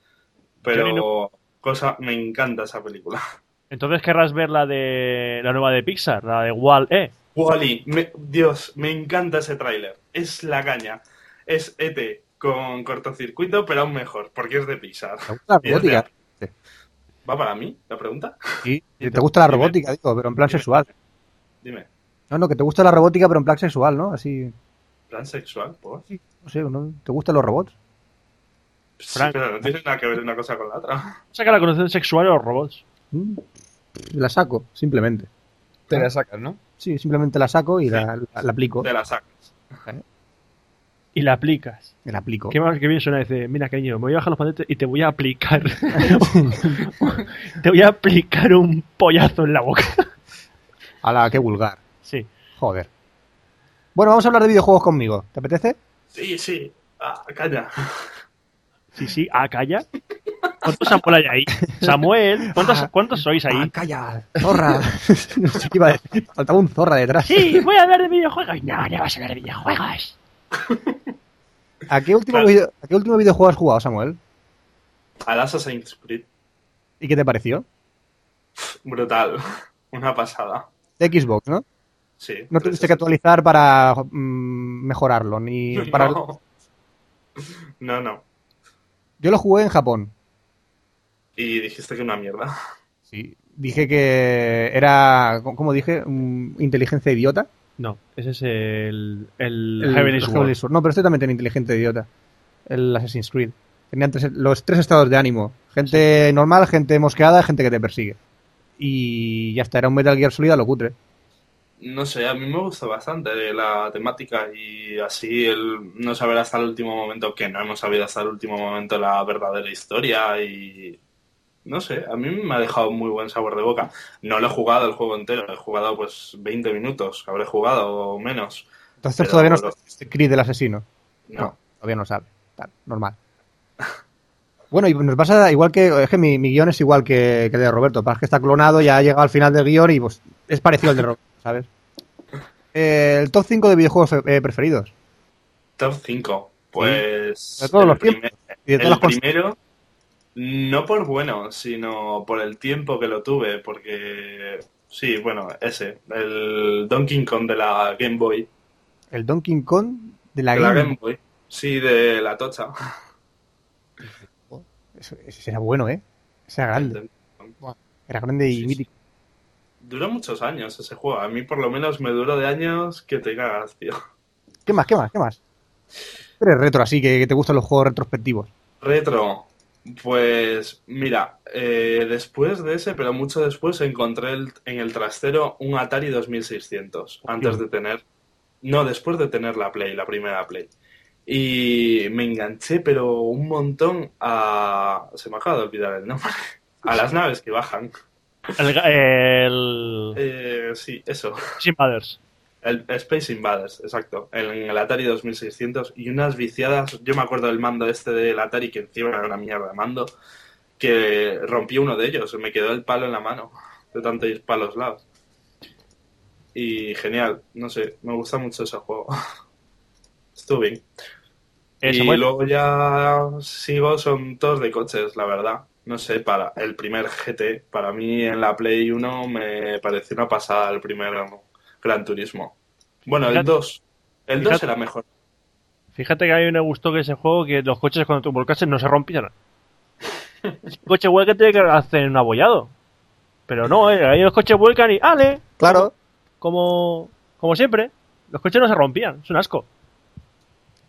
S2: Johnny,
S5: Pero cosa, me encanta esa película.
S2: Entonces querrás ver la de la nueva de Pixar, la de Wall E.
S5: Wally, Dios, me encanta ese tráiler. Es la caña. Es ET con cortocircuito, pero aún mejor, porque es de Pixar.
S3: ¿Te gusta la
S5: Y es de-
S3: robótica?
S5: ¿Va para mí la pregunta?
S3: Sí. ¿Te gusta la
S5: Dime.
S3: robótica, digo, pero en plan
S5: Dime.
S3: sexual?
S5: Dime,
S3: No, no, que te gusta la robótica, pero en plan sexual, ¿no? Así,
S5: ¿plan sexual? Pues,
S3: no sé, ¿no? ¿Te gustan los robots?
S5: sí,
S2: Frank.
S5: pero no tiene nada que ver una cosa con la otra.
S2: Saca la conexión sexual a los robots.
S3: Mm. La saco, simplemente.
S4: Te la sacas, ¿no?
S3: Sí, simplemente la saco y la, la- la aplico.
S5: Te la sacas.
S2: Y la aplicas.
S3: La aplico.
S2: Qué más que bien suena. Dice, mira, cariño, me voy a bajar los pantalones y te voy a aplicar. te voy a aplicar un pollazo en la boca.
S3: A la que vulgar.
S2: Sí.
S3: Joder. Bueno, vamos a hablar de videojuegos conmigo. ¿Te apetece?
S5: Sí, sí. Ah, calla.
S2: Sí, sí, ah, calla. ¿Cuántos Samuel hay ahí? Samuel, ¿cuántos, cuántos sois
S3: Ah,
S2: ahí?
S3: calla, zorra. no sé qué iba a decir. Faltaba un zorra detrás.
S2: Sí, voy a hablar de videojuegos. No, no vas a hablar de videojuegos.
S3: ¿A qué último,
S5: Claro.
S3: video- ¿a qué último videojuego has jugado, Samuel?
S5: Al Assassin's Creed.
S3: ¿Y qué te pareció?
S5: Brutal. Una pasada.
S3: De Xbox, ¿no?
S5: Sí.
S3: No tuviste que actualizar para mm, mejorarlo, ni para...
S5: No. no, no.
S3: Yo lo jugué en Japón.
S5: Y dijiste que una mierda.
S3: Sí. Dije que era, ¿cómo dije? Mm, inteligencia idiota.
S2: No, ese es el, el,
S3: El-
S2: Heavenly
S3: el
S2: Sword.
S3: Heavenly Sword. No, pero este también tenía inteligente idiota. El Assassin's Creed. Tenían tres- los tres estados de ánimo. Gente normal, gente mosqueada, gente que te persigue. Y ya está, era un Metal Gear Solid a lo cutre.
S5: No sé, a mí me gusta bastante la temática y así el no saber hasta el último momento, que no hemos sabido hasta el último momento la verdadera historia y no sé, a mí me ha dejado muy buen sabor de boca. No lo he jugado el juego entero, he jugado pues 20 minutos, habré jugado o menos.
S3: Entonces
S5: Pero
S3: todavía no
S5: lo-
S3: es Creed el asesino.
S5: No.
S3: No, todavía no sabe. Tal, normal. Bueno, y nos pasa igual que. Es que mi, mi guión es igual que, que el de Roberto. Pasa que está clonado, ya ha llegado al final del guión y pues, es parecido al de Roberto, ¿sabes? Eh, el top 5 de videojuegos fe- eh, preferidos.
S5: Top 5. Pues
S3: de todos
S5: el
S3: los tiempos. Y de todas
S5: El
S3: las cosas.
S5: primero, no por bueno, sino por el tiempo que lo tuve, porque sí, bueno, ese, el Donkey Kong de la Game Boy.
S3: El Donkey Kong de la,
S5: De la
S3: Game
S5: Game Boy. Sí, de la tocha.
S3: Eso- Ese era bueno, ¿eh? Ese era grande. Era grande y
S5: Sí, sí.
S3: mítico.
S5: Duró muchos años ese juego. A mí por lo menos me duró de años que te cagas, tío.
S3: ¿Qué más? ¿Qué más? ¿Qué más? Tú Eres retro, así que, que te gustan los juegos retrospectivos.
S5: Retro. Pues mira, eh, después de ese, pero mucho después, encontré el- en el trastero un Atari 2600, antes de tener... No, después de tener la Play, la primera Play. Y me enganché, pero un montón a... Se me acaba de olvidar el nombre. A las naves que bajan.
S2: El, el-
S5: Eh, sí, eso.
S2: Sin Brothers.
S5: El Space Invaders, exacto. En el Atari 2600 y unas viciadas. Yo me acuerdo del mando este del Atari que encima era una mierda de mando. Que rompí uno de ellos. Me quedó el palo en la mano. De tantos palos lados. Y genial. No sé, me gusta mucho ese juego. Estuvo bien.
S2: Eh,
S5: y
S2: Samuel.
S5: luego ya sigo, son todos de coches, la verdad. No sé, para el primer GT, para mí en la Play 1 me pareció una pasada el primer Gran Turismo. Bueno, el
S2: Fíjate-
S5: 2. El 2
S2: fíjate-
S5: era mejor.
S2: Fíjate que a mí me gustó que ese juego que los coches cuando tú volcases no se rompieran. El coche vuelca tiene que hacer un abollado. Pero no, eh, ahí los coches vuelcan y ¡ale!
S3: Claro.
S2: Como, como siempre, los coches no se rompían, es un asco.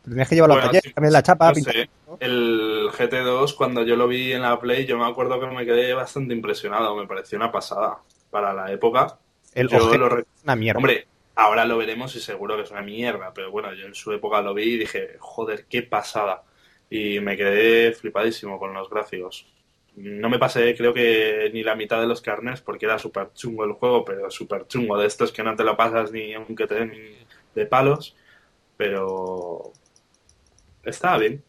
S3: Tenías que llevarlo
S5: Bueno,
S3: al taller,
S5: sí,
S3: cambiar la chapa,
S5: no
S3: pintar-
S5: sé. El GT2, cuando yo lo vi en la Play, yo me acuerdo que me quedé bastante impresionado. Me pareció una pasada para la época.
S3: el
S5: yo
S3: objeto.
S5: lo re-
S3: Una mierda.
S5: Hombre, ahora lo veremos y seguro que es una mierda, pero bueno, yo en su época lo vi y dije, joder, qué pasada. Y me quedé flipadísimo con los gráficos. No me pasé, creo que ni la mitad de los carnes porque era súper chungo el juego, pero súper chungo de estos que no te lo pasas ni aunque te den de palos, pero estaba bien.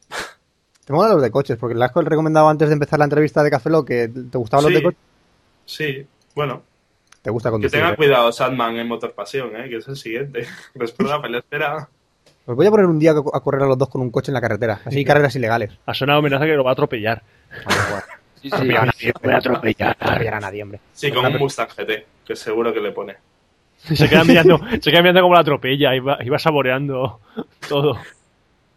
S3: Te molan los de coches, porque las que recomendado antes de empezar la entrevista de Café Lock, que te gustaban
S5: Sí,
S3: los de coches,
S5: sí, bueno,
S3: te gusta
S5: que
S3: conducir.
S5: tenga
S3: ¿eh?
S5: cuidado Sandman en Motor Pasión, ¿eh? que es el siguiente. Después de la pelea espera.
S3: Os voy a poner un día a correr a los dos con un coche en la carretera, así carreras ilegales.
S2: Ha sonado amenaza que lo va a atropellar.
S4: Sí, sí.
S2: Atropellar a nadie, voy a atropellar.
S3: No pillará a nadie, hombre.
S5: Sí, con un Mustang GT, que seguro que le pone.
S2: Se queda mirando, se queda mirando como la atropella y va, y va saboreando todo.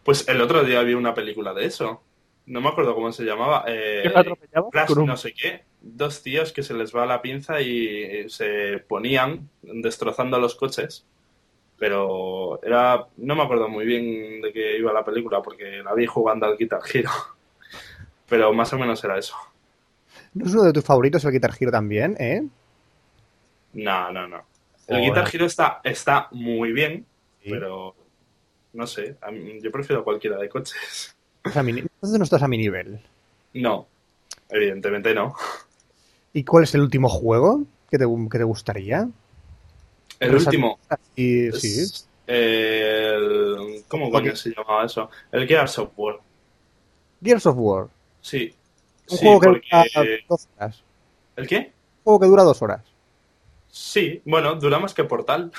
S5: Pues el otro día vi una película de eso. No me acuerdo cómo se llamaba. Eh,
S2: ¿Qué lo atropellaba?
S5: Crash
S2: Con un-
S5: no sé qué. Dos tíos que se les va la pinza y eh, se ponían destrozando los coches. Pero era no me acuerdo muy bien de qué iba la película porque la vi jugando al Guitar Hero. Pero más o menos era eso.
S3: ¿No es uno de tus favoritos el Guitar Hero también, eh?
S5: No, no, no. El
S3: Joder.
S5: Guitar Hero está, está muy bien,
S3: Sí.
S5: pero no sé. a mí- yo prefiero cualquiera de coches.
S3: O sea, a mi ni- Entonces no estás a mi nivel.
S5: No, evidentemente no.
S3: ¿Y cuál es el último juego que te, que te gustaría?
S5: El
S3: Pero esa-
S5: último.
S3: Y, sí,
S5: Es- El... ¿Cómo coño se llamaba eso? El Gear Software.
S3: Gears of War.
S5: Sí.
S3: Un
S5: Sí,
S3: juego que dura
S5: porque-
S3: dos horas.
S5: ¿El qué?
S3: Un juego que dura dos horas.
S5: Sí, bueno, dura más que Portal,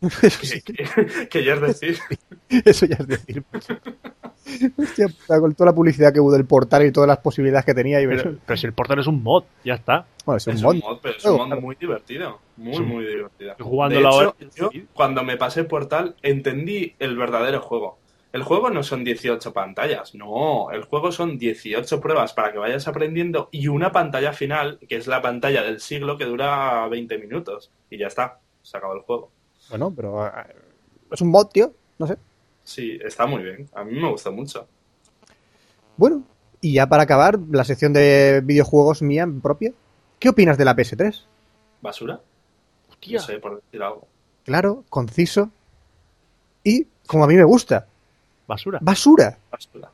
S3: Eso,
S5: que,
S3: sí,
S5: que- que ya es decir.
S3: eso ya es decir. mucho. Hostia, puta, con toda la publicidad que hubo del portal y todas las posibilidades que tenía. Y me-
S2: Pero, pero si el portal es un mod, ya está.
S3: bueno, es un
S5: es
S3: mod.
S5: un mod, pero es un mod
S3: Claro.
S5: muy divertido. Muy,
S2: Es un-
S5: muy divertido.
S2: Estoy jugando
S5: de
S2: la
S5: hecho,
S2: hora.
S5: yo, cuando me pasé Portal, entendí el verdadero juego. El juego no son 18 pantallas, no. El juego son 18 pruebas para que vayas aprendiendo y una pantalla final, que es la pantalla del siglo, que dura 20 minutos. Y ya está, se acabó el juego.
S3: Bueno, pero eh, es un mod, tío. No sé.
S5: Sí, está muy bien. A mí me gusta mucho.
S3: Bueno, y ya para acabar, la sección de videojuegos mía propia. ¿Qué opinas de la PS3?
S5: ¿Basura?
S2: Hostia.
S5: No sé, por decir algo.
S3: Claro, conciso y como a mí me gusta.
S2: Basura.
S3: Basura.
S5: Basura.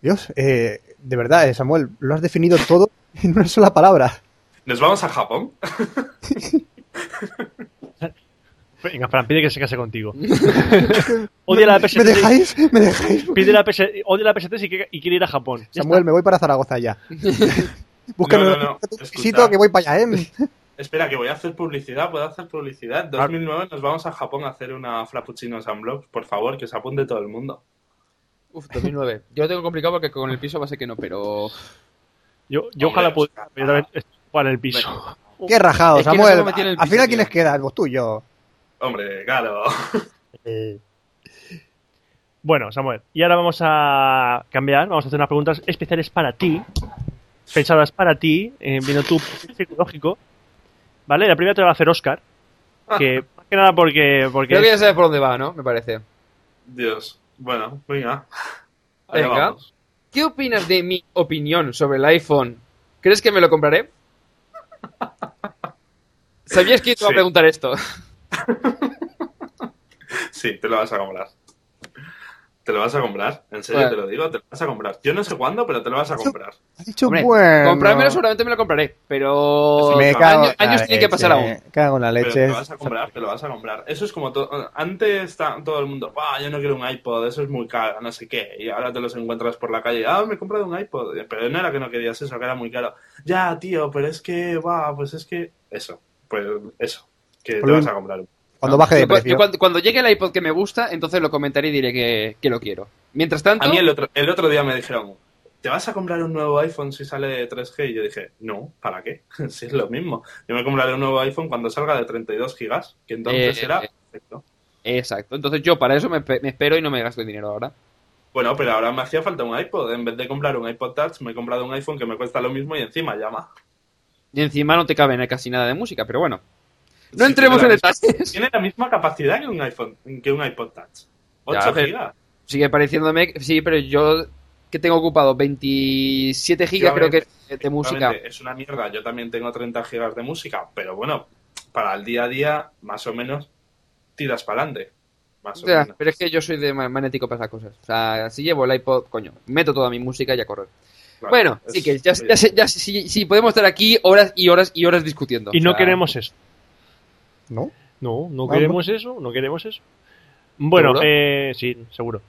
S3: Dios, eh, de verdad, eh, Samuel, lo has definido todo en una sola palabra.
S5: ¿Nos vamos a Japón?
S2: Venga, Fran, pide que se case contigo. odia la PS3.
S3: ¿Me dejáis? ¿Me dejáis?
S2: Pide la PS, odia la PS3 y, que- y quiere ir a Japón. Ya
S3: Samuel,
S2: está.
S3: me voy para Zaragoza ya. Búscame
S5: No, no, no,
S3: un
S5: escucha.
S3: visito que voy para allá, ¿eh?
S5: Espera, que voy a hacer publicidad, puedo hacer publicidad. 2009 nos vamos a Japón a hacer una Frappuccino Sunblock. Por favor, que se apunte todo el mundo.
S4: Uf, 2009. Yo lo tengo complicado porque con el piso va a ser que no, pero.
S2: Yo, yo
S5: Hombre,
S2: ojalá
S5: pues,
S2: pudiera. Yo también estoy para el piso.
S3: Qué rajado,
S4: Es que no
S3: Samuel.
S4: solo me tiene el
S3: Al
S4: piso,
S3: final,
S4: tío.
S3: ¿quién les queda? Pues tú y yo.
S5: Hombre, claro.
S2: Bueno, Samuel, y ahora vamos a cambiar, vamos a hacer unas preguntas especiales para ti, pensadas para ti, eh, viendo tu perfil psicológico. ¿Vale? La primera te la va a hacer Oscar, que más que nada porque... porque
S4: Ah. Creo que ya sabes por dónde va, ¿no? Me parece.
S5: Dios. Bueno, venga. Ahí
S4: Venga.
S5: vamos.
S4: ¿Qué opinas de mi opinión sobre el iPhone? ¿Crees que me lo compraré? ¿Sabías que te iba a
S5: Sí.
S4: preguntar esto?
S3: Eh,
S5: Sí, te lo vas a comprar. Te lo vas a comprar. En serio,
S4: Bueno.
S5: te lo digo, te lo vas a comprar. Yo no sé cuándo, pero te lo vas a comprar.
S3: Has dicho,
S4: Hombre,
S3: bueno.
S4: Comprármelo seguramente me lo compraré, pero
S3: Me Ah,
S4: años,
S3: cago en la
S4: años tienen que pasar
S3: leche,
S4: aún.
S3: Me cago en la
S5: Pero te
S3: leche.
S5: lo vas a comprar, te lo vas a comprar. Eso es como todo. Antes ta- todo el mundo, "Buah, yo no quiero un iPod, eso es muy caro, no sé qué. Y ahora te los encuentras por la calle, ah, me he comprado un iPod. Pero no era que no querías eso, que era muy caro. Ya, tío, pero es que, va, pues es que. Eso, pues eso. Que te
S3: Por lo
S5: vas
S3: menos-
S5: a comprar.
S3: Cuando baje de
S4: Yo cu- yo
S3: precio.
S4: cuando, cuando llegue el iPod que me gusta, entonces lo comentaré y diré que, que lo quiero. Mientras tanto,
S5: A mí el otro, el otro día me dijeron, ¿te vas a comprar un nuevo iPhone si sale de 3G? Y yo dije, no, ¿para qué? si es lo mismo. Yo me compraré un nuevo iPhone cuando salga de 32 gigas, que entonces
S4: Eh,
S5: será
S4: eh.
S5: perfecto.
S4: exacto. Entonces yo para eso me, pe- me espero y no me gasto el dinero ahora.
S5: Bueno, pero ahora me hacía falta un iPod. En vez de comprar un iPod Touch, me he comprado un iPhone que me cuesta lo mismo y encima llama.
S4: Y encima no te cabe casi nada de música, pero bueno. No
S5: Sí,
S4: entremos en
S5: tiene la
S4: detalles.
S5: Tiene la misma capacidad que un iPhone, que un iPod Touch. 8
S4: Ya, pero-
S5: gigas.
S4: Sigue pareciéndome, que- sí, pero yo que tengo ocupado 27 gigas creo que de- de música.
S5: Realmente Es una mierda. Yo también tengo 30 gigas de música, pero bueno, para el día a día, más o menos, tiras para adelante. Más o
S4: Ya,
S5: menos.
S4: pero es que yo soy de ma- magnético para esas cosas. O sea, si llevo el iPod, coño, meto toda mi música y a correr.
S5: Claro,
S4: bueno,
S5: es-
S4: sí que ya,
S5: es-
S4: ya sé- ya sé- sí, sí, podemos estar aquí horas y horas y horas discutiendo.
S2: y
S4: O
S2: no
S4: sea,
S2: queremos eso.
S3: ¿No?
S2: No, no
S3: Vamos.
S2: queremos eso, no queremos eso. Bueno,
S4: ¿Seguro?
S2: eh, sí, seguro.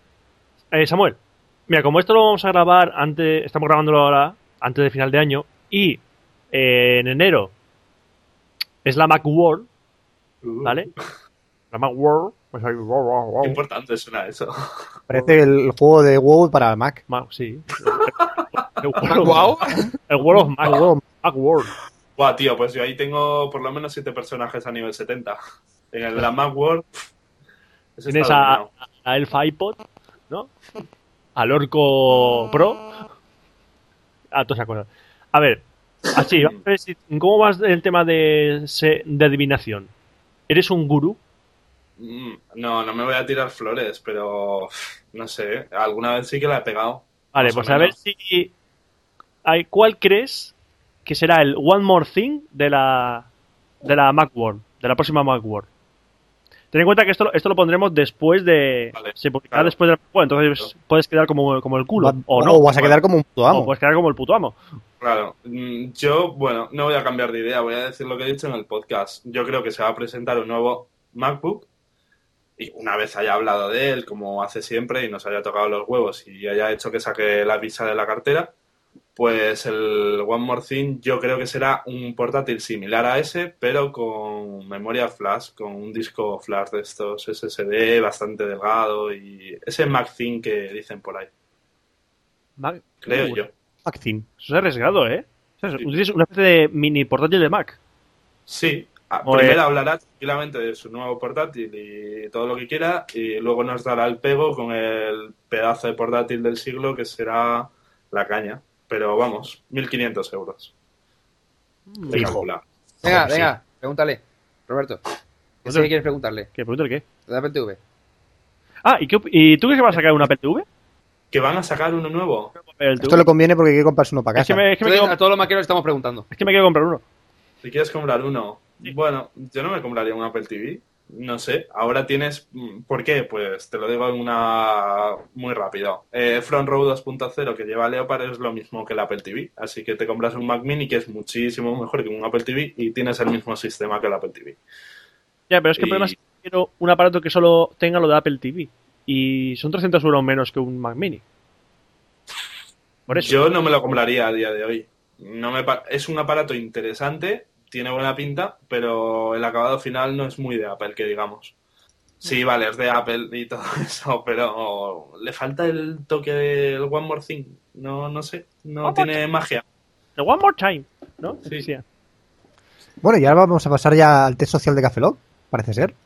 S2: Eh, Samuel, mira, como esto lo vamos a grabar antes, estamos grabándolo ahora, antes del final de año, y eh, en enero es la Mac World,
S5: Uh,
S2: ¿vale? La Mac World, pues ahí, wow, wow, wow.
S5: Qué importante suena eso.
S3: Parece el juego de WoW para Mac.
S2: Ma- sí. El World of-
S4: Guau.
S2: El World of Mac,
S3: World
S2: Mac World.
S5: Buah, tío, pues yo ahí tengo por lo menos 7 personajes a nivel 70. En el de la Macworld. pff, ese
S2: Tienes
S5: está
S2: a,
S5: dominado.
S2: a Elfa iPod, ¿no? Al Orco Pro. Ah, A todas esas cosas. A ver, así, vamos a ver si- ¿cómo vas el tema de, se- de adivinación? ¿Eres un gurú?
S5: Mm, No, no me voy a tirar flores, pero pff, no sé, alguna vez sí que la he pegado.
S2: Vale,
S5: Más o
S2: pues a ver
S5: menos.
S2: si. hay- ¿Cuál crees que será el One More Thing de la, de la Macworld? De la próxima Macworld. Ten en cuenta que esto, lo- esto lo pondremos después de.
S5: Vale,
S2: se publicará
S5: claro.
S2: después de la Macworld, entonces puedes quedar como, como el culo.
S3: Va-
S2: o no.
S3: vas a quedar como un puto
S2: O
S3: amo.
S2: puedes quedar como el puto amo.
S5: Claro, Mm, yo, bueno, no voy a cambiar de idea, voy a decir lo que he dicho en el podcast. Yo creo que se va a presentar un nuevo MacBook Y una vez haya hablado de él, como hace siempre, y nos haya tocado los huevos y haya hecho que saque la visa de la cartera, pues el One More Thing yo creo que será un portátil similar a ese, pero con memoria flash, con un disco flash de estos SSD bastante delgado y ese Mac Thing que dicen por ahí,
S2: Mac-
S5: creo
S2: Uh,
S5: yo.
S3: Actin.
S2: Eso es arriesgado, ¿eh? O sea,
S5: Sí.
S2: es una especie de mini portátil de Mac.
S5: Sí, a-
S2: Joder.
S5: Ah, primero hablará tranquilamente de su nuevo portátil y todo lo que quiera, y luego nos dará el pego con el pedazo de portátil del siglo que será la caña. Pero vamos, 1.500 euros. de
S3: Fijo.
S5: calcular.
S4: Venga,
S3: Joder,
S4: venga, pregúntale. Roberto. ¿Qué
S2: Otro.
S4: quieres preguntarle?
S2: Que pregunto el qué.
S4: Te da PTV.
S2: Ah, ¿y, qué op- ¿y tú crees que va a sacar una Apple TV?
S5: ¿Que van a sacar uno nuevo?
S2: Apple
S3: Esto
S2: TV.
S3: le conviene porque quiere comprarse uno para
S2: Es que,
S3: casa.
S2: me, es que me
S4: Entonces,
S2: quiero,
S4: A todos los maqueros estamos preguntando.
S2: es que me quiero comprar uno.
S5: Si quieres comprar uno, bueno, yo no me compraría un Apple TV. No sé, ahora tienes. mm, ¿Por qué? Pues te lo digo en una. Muy rápido. Eh, Front Row 2.0 que lleva Leopard es lo mismo que el Apple TV. Así que te compras un Mac Mini que es muchísimo mejor que un Apple TV y tienes el mismo sistema que el Apple TV.
S2: Ya, pero es que el
S5: Y-
S2: problema es que quiero un aparato que solo tenga lo de Apple TV. Y son 300 euros menos que un Mac Mini. Por eso.
S5: Yo no me lo compraría a día de hoy. No me pa- es un aparato interesante, tiene buena pinta, pero el acabado final no es muy de Apple, que digamos.
S2: Mm.
S5: Sí, vale, es de Apple y todo eso, pero le falta el toque del One More Thing. No, no sé, no
S2: One more
S5: tiene magia.
S2: The One More Time, ¿no?
S5: Sí.
S2: Decía.
S3: Bueno, y ahora vamos a pasar ya al test social de Café Lock, parece ser.
S2: Pues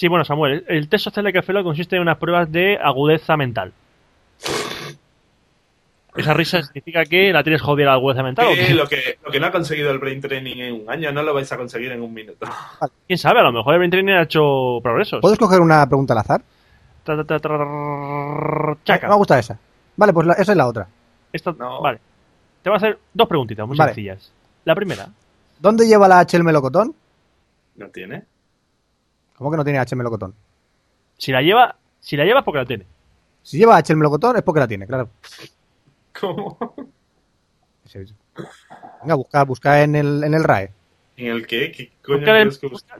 S2: Sí, bueno, Samuel, el el test social de Café Lock consiste en unas pruebas de agudeza mental. Esa risa significa que la tienes jodida la agudeza mental. ¿o
S5: Eh,
S2: qué?
S5: lo, que, lo que no ha conseguido el Brain Training en un año no lo vais a conseguir en un minuto.
S2: ¿Quién sabe? A lo mejor el Brain Training ha hecho progresos.
S3: ¿Puedo escoger una pregunta al azar?
S2: Ta, ta, ta, tra-
S3: Me
S2: Chaca.
S3: gusta esa. Vale, pues la- esa es la otra.
S2: Esta-
S5: No.
S2: Vale. Te voy a hacer dos preguntitas muy
S3: Vale.
S2: sencillas. La primera.
S3: ¿Dónde lleva la H el melocotón?
S5: No tiene.
S3: ¿Cómo que no tiene H el melocotón?
S2: Si la lleva, si la llevas porque la tiene.
S3: Si lleva H el melocotón es porque la tiene, claro.
S5: ¿Cómo?
S3: Ese es. Venga, busca, busca en el, en el RAE.
S5: ¿En el qué? ¿Qué coño
S2: Buscar el-
S5: crees que busca-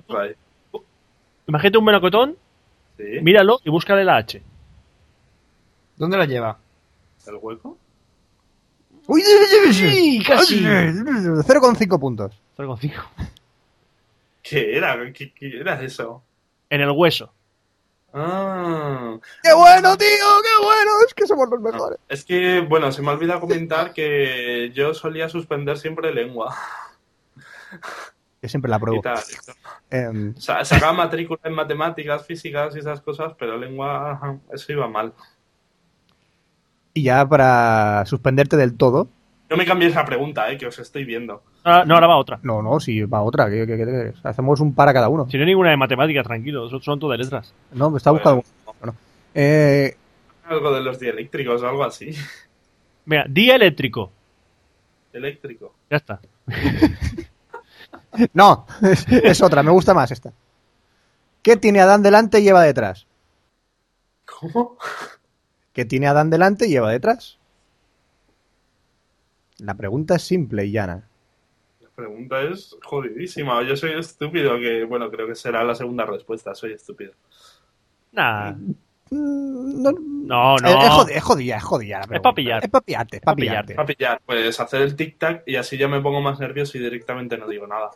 S2: Imagínate un melocotón,
S5: ¿Sí?
S2: míralo y búscale la H.
S4: ¿Dónde la lleva?
S5: ¿El hueco?
S3: ¡Uy!
S2: Sí, casi.
S3: 0,5 puntos.
S2: 0,5.
S5: ¿Qué era? ¿Qué- qué era eso?
S2: En el hueso.
S5: Ah,
S3: ¡Qué bueno, tío! ¡Qué bueno! Es que somos los mejores.
S5: es que, bueno, se me ha olvidado comentar que yo solía suspender siempre lengua.
S3: Yo siempre la
S5: Y
S3: pruebo.
S5: tal.
S3: Em,
S5: Sa- Sacaba matrícula en matemáticas, físicas y esas cosas, pero lengua, ajá, eso iba mal.
S3: y ya para suspenderte del todo.
S5: No me cambiéis la pregunta, eh, que os estoy viendo.
S2: Ah, no, ahora va otra.
S3: No, no, si va otra. que- que- que- hacemos un par a cada uno.
S2: Si no hay ninguna de matemáticas, tranquilo. Son, son todas letras.
S3: No, me está buscando. no, no. Eh,
S5: Algo de los dieléctricos, algo así.
S2: Mira, dieléctrico.
S5: Eléctrico.
S2: Ya está.
S3: no, es otra. Me gusta más esta. ¿Qué tiene Adán delante y lleva detrás?
S5: ¿Cómo?
S3: ¿Qué tiene Adán delante y lleva detrás? La pregunta es simple y llana.
S5: La pregunta es jodidísima. Yo soy estúpido, que, bueno, creo que será la segunda respuesta. Soy estúpido.
S2: Nah.
S3: Mm, no,
S4: Eh,
S2: No, no.
S3: Es, es jodi- es jodida, es jodida. la pregunta.
S2: pa' pillar.
S3: Es para pillarte, es pa'
S2: pa' pillarte.
S3: pillarte.
S5: A pillar, pues hacer el tic-tac y así ya me pongo más nervioso y directamente no digo nada.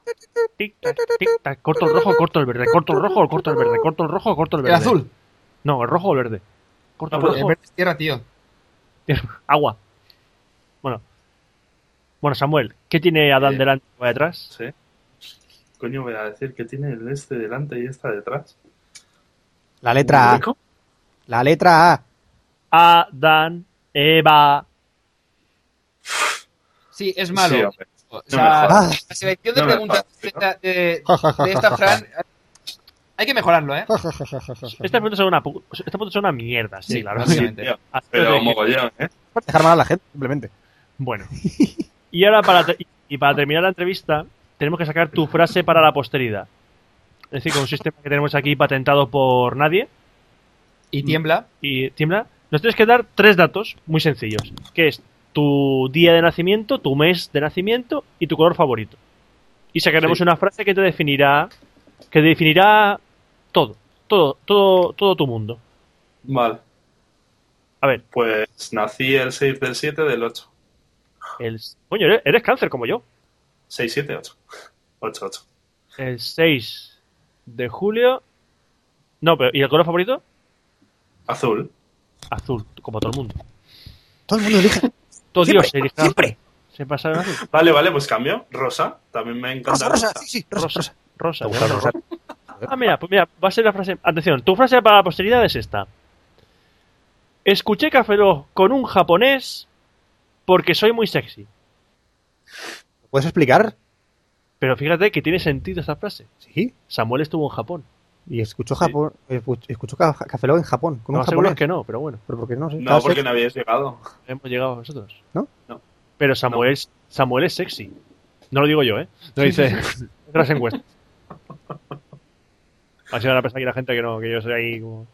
S2: Tic, tac, tic, tac. Corto el rojo, corto el verde. Corto el rojo, corto el verde. Corto el rojo, corto el
S4: El
S2: verde.
S4: azul. eh,
S2: No, el rojo o el verde. Corto
S5: No,
S2: el
S5: pues,
S2: rojo.
S4: El verde es tierra, tío.
S2: Agua. Bueno. Bueno, Samuel, ¿qué tiene Adán
S5: Eh.
S2: delante y lleva detrás?
S5: Sí. Coño, voy a decir que tiene el este delante y esta detrás.
S3: La letra A.
S5: ¿Hueco?
S3: La letra A.
S2: Adán, Eva.
S4: Sí, es
S5: Sí,
S4: malo.
S5: hombre.
S4: o
S5: no me
S4: sea,
S3: jodas.
S4: la selección de
S5: No me
S4: preguntas
S5: jodas,
S4: de, de- de esta Fran. Hay que mejorarlo, ¿eh?
S2: Estas preguntas son una, pu- estas preguntas son una mierda, sí,
S4: Sí,
S2: claro.
S4: básicamente.
S5: Tío,
S2: Haz-
S5: Pero mogollón, ¿eh?
S3: Para dejar mal a la gente, simplemente.
S2: Bueno. Y ahora, para, te- y para terminar la entrevista, tenemos que sacar tu frase para la posteridad. Es decir, con un sistema que tenemos aquí patentado por nadie.
S4: Y tiembla.
S2: Y, Tiembla, nos tienes que dar tres datos muy sencillos. Que es tu día de nacimiento, tu mes de nacimiento y tu color favorito. Y sacaremos
S5: Sí.
S2: una frase que te definirá... Que definirá todo. todo, todo, todo tu mundo.
S5: Vale.
S2: A ver,
S5: Pues nací el 6 del 7 del 8.
S2: el... Coño, eres, eres cáncer como yo.
S5: 6, 7, 8. 8, 8.
S2: El 6 de julio... No, pero ¿y el color favorito?
S5: Azul.
S2: Azul, como todo el mundo.
S3: Todo el mundo elige.
S2: Todo
S3: Siempre,
S2: Dios se dirige-
S3: siempre.
S2: Se pasa en azul.
S5: Vale, vale, pues cambio. Rosa. También me encanta.
S3: Rosa, rosa, sí, sí, rosa, rosa.
S2: Rosa.
S3: Me gusta
S2: ya.
S3: rosa. ¿eh?
S2: Ah, mira, pues mira, va a ser la frase. Atención, tu frase para la posteridad es esta. Escuché Café Lock con un japonés porque soy muy sexy.
S3: ¿Puedes explicar?
S2: Pero fíjate que tiene sentido esta frase.
S3: Sí.
S2: Samuel estuvo en Japón.
S3: Y escuchó Japón, escuchó- escuchó Ca- Café Lock en Japón, con
S2: No,
S3: un
S2: seguro
S3: japonés.
S2: es que no, pero bueno,
S3: Pero porque no sé.
S5: No,
S3: cada
S5: porque
S3: sexo-
S5: no habíais llegado.
S2: hemos llegado nosotros.
S3: ¿No?
S5: No.
S2: Pero Samuel, Samuel es sexy. No lo digo yo, ¿eh? Lo dice las encuestas. Así van a pensar aquí la gente que no, que yo soy ahí como...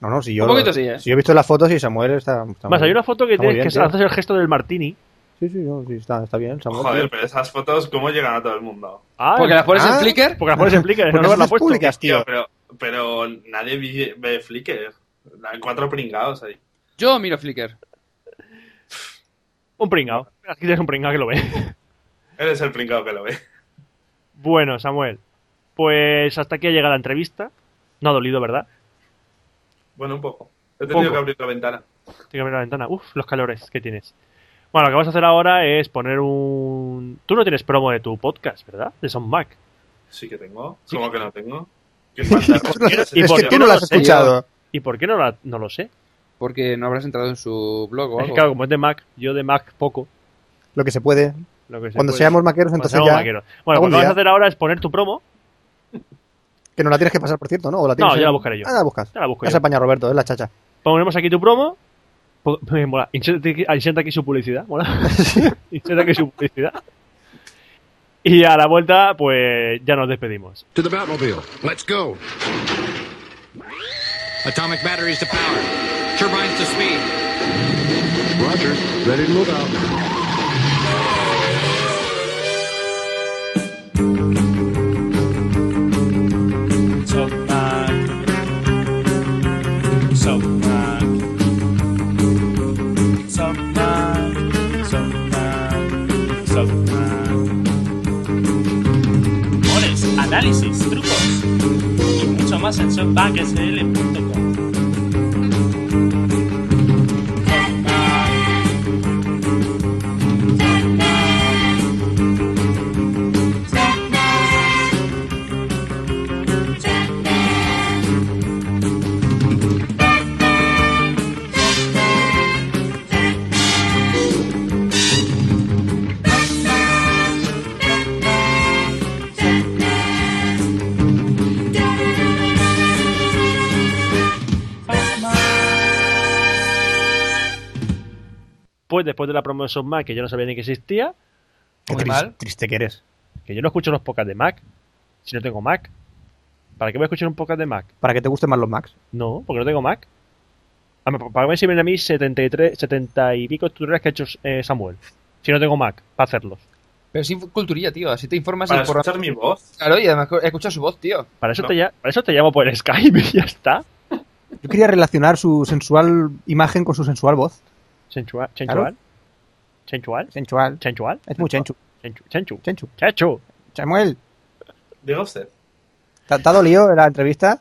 S3: No, no, si yo.
S4: Un poquito sí, ¿eh?
S3: Si yo he visto las fotos y Samuel está. está muy
S2: Más, hay
S3: bien.
S2: una foto que
S3: Está muy
S2: tienes que
S3: bien, tío.
S2: haces el gesto del martini.
S3: Sí, sí, no, sí, está, está bien, Samuel.
S5: Joder,
S3: tío.
S5: pero esas fotos, ¿cómo llegan a todo el mundo?
S2: Ah,
S4: Porque las pones en
S3: Ah.
S4: Flickr.
S2: porque las pones en Flickr, no
S3: Porque
S2: lo
S3: son
S2: haberla
S3: las
S2: puesto.
S3: públicas, tío.
S5: Tío, pero, pero nadie vi- ve Flickr. Hay cuatro pringados ahí.
S4: Yo miro Flickr.
S2: Un pringao. Aquí tienes un pringao que lo ve.
S5: Eres el pringado que lo ve.
S2: Bueno, Samuel. Pues hasta aquí ha llegado la entrevista. No ha dolido, ¿verdad?
S5: Bueno, un poco. He tenido
S2: Poco.
S5: que abrir la ventana.
S2: Tengo que abrir la ventana. Uf, los calores que tienes. Bueno, lo que vas a hacer ahora es poner un... Tú no tienes promo de tu podcast, ¿verdad? De Son Mac.
S5: Sí que tengo.
S2: Sí.
S5: ¿Cómo que no tengo? ¿Qué falta?
S3: Es
S2: ¿Y por
S3: que
S2: qué
S3: tú no
S2: no lo
S3: las has
S2: sé,
S3: escuchado.
S2: ¿Y por qué no, la- no lo sé?
S4: Porque no habrás entrado en su blog o
S2: Es que
S4: algo.
S2: claro, como es de Mac, yo de Mac poco.
S3: Lo que se puede.
S2: Lo que se
S3: Cuando
S2: puede.
S3: seamos maqueros,
S2: Cuando
S3: entonces
S2: seamos
S3: ya.
S2: maqueros. Bueno,
S3: algún
S2: lo que vas a
S3: día.
S2: hacer ahora es poner tu promo.
S3: Que no la tienes que pasar, por cierto, ¿no? ¿O la tienes
S2: No, yo
S3: en-
S2: la buscaré yo.
S3: Ah, la buscas.
S2: Ya la busco
S3: Has
S2: yo.
S3: apañado, Roberto, es la chacha.
S2: Ponemos aquí tu promo. Po- Me mola. Inserta aquí, inserta aquí su publicidad. Mola. Inserta aquí su publicidad. Y a la vuelta, pues ya nos despedimos.
S1: To the Batmobile. Let's go.
S6: Atomic batteries to power. Turbines to speed.
S1: Roger. Ready to move out.
S7: Rumores, análisis, trucos y mucho más en shopbacksl.com.
S2: Pues después de la promo de Son Mac, que yo no sabía ni que existía,
S3: Qué
S4: Muy
S3: tris-
S4: mal.
S3: triste que eres.
S2: que yo no escucho los podcasts de Mac, si no tengo Mac. ¿Para qué voy a escuchar un podcast de Mac?
S3: Para que te gusten más los Macs.
S2: No, porque no tengo Mac. A mí- Para qué me sirven a mí 73, 70 y pico tutoriales que ha hecho eh, Samuel. Si no tengo Mac, para hacerlos.
S4: Pero sin culturilla, tío. Así te informas
S5: Para
S4: y por
S5: escuchar mi voz.
S4: Claro, y además escucha su voz, tío.
S2: Para eso,
S5: No.
S2: te, ya- para eso te llamo por el Skype y ya está.
S3: Yo quería relacionar su sensual imagen con su sensual voz.
S2: Sensual, sensual,
S3: Claro.
S2: sensual,
S3: Sensual.
S2: sensual,
S3: Es muy chenchu.
S2: sensu- sensu.
S3: Chenchu.
S2: Chacho,
S3: Samuel,
S5: Diga usted.
S3: ¿te te ha dolido la entrevista?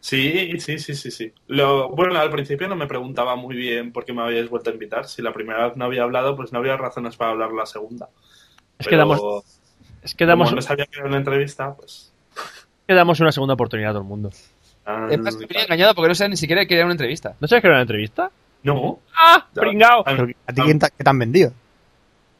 S5: Sí, sí, sí, sí, sí. Lo, bueno, al principio no me preguntaba muy bien por qué me habíais vuelto a invitar. Si la primera vez no había hablado, pues no había razones para hablar la segunda.
S2: Es que
S5: Pero
S2: damos-
S5: como
S2: es que damos,
S5: no sabía que era una entrevista, pues...
S2: que damos una segunda oportunidad a todo el mundo.
S5: ah,
S4: Es más, me tenía engañado porque no sabía ni siquiera que era una entrevista.
S2: ¿No sabes que era una entrevista?
S5: No.
S2: ¡Ah!
S5: Ya.
S2: ¡Pringao!
S5: A
S3: Pero
S5: mí,
S3: ¿A ti quién te- qué te han vendido?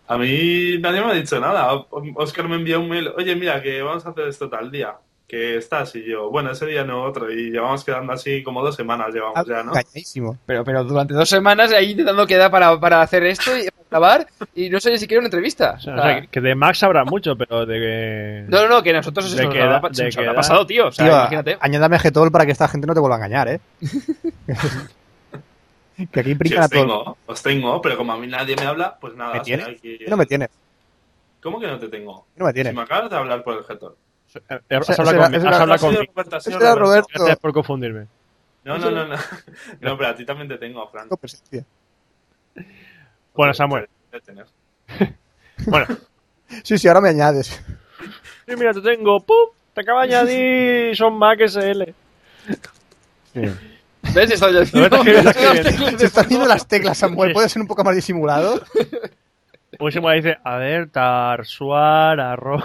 S5: a mí nadie me ha dicho nada. Oscar me envió un mail, oye, mira, que vamos a hacer esto tal día. Que estás y yo, bueno, ese día no otro. Y llevamos quedando así como dos semanas, llevamos
S3: Ah,
S5: ya, ¿no?
S3: Engañadísimo.
S4: Pero, pero durante dos semanas ahí intentando quedar para, para hacer esto y para grabar y no sabía ni siquiera una entrevista.
S2: O sea,
S4: O
S2: o
S4: sea,
S2: sea, que de Max sabrá mucho, pero de que...
S4: Ah. no, no, no, que a nosotros eso
S2: de
S4: nos,
S2: que
S4: habrá,
S2: da-
S4: se
S2: de
S4: nos
S2: que
S4: habrá
S2: da- ah,
S4: pasado, tío. O sea,
S3: Tío,
S4: imagínate.
S3: añádame Getol para que esta gente no te vuelva a engañar, ¿eh? que aquí
S5: Sí,
S3: brincan a
S5: os
S3: todo. el-
S5: tengo, os tengo, pero como a mí nadie me habla, pues nada.
S3: ¿Me
S5: estoy
S3: tienes?
S5: aquí-
S3: ¿Qué No me tienes.
S5: ¿Cómo que no te tengo?
S3: ¿Qué No me
S5: Si
S3: tienes.
S5: me acabas de hablar por el gestor.
S2: Eh, Has
S3: Ese-
S2: hablado
S3: ese era-
S2: conmigo. Has
S5: No, ha
S2: hablado
S5: sido
S2: conmigo.
S5: Roberto, ha
S3: Ese
S5: sido
S3: Este era Roberto.
S2: Gracias por confundirme.
S5: No, no, no, no. No, pero a ti también te tengo, Fran.
S3: No, presencia.
S2: Bueno, Samuel.
S5: Te voy a tener.
S2: Bueno.
S3: Sí, sí, ahora me añades.
S2: Sí, mira, te tengo. ¡Pum! Te acaba de añadir Son Mac SL.
S4: ¿Ves? Está yo
S2: Roberto, ¿qué estás escribiendo?
S3: Se está haciendo las teclas, Samuel. ¿Puede ser un poco más disimulado?
S2: Pues se dice, a ver, Tarsuar, arroz.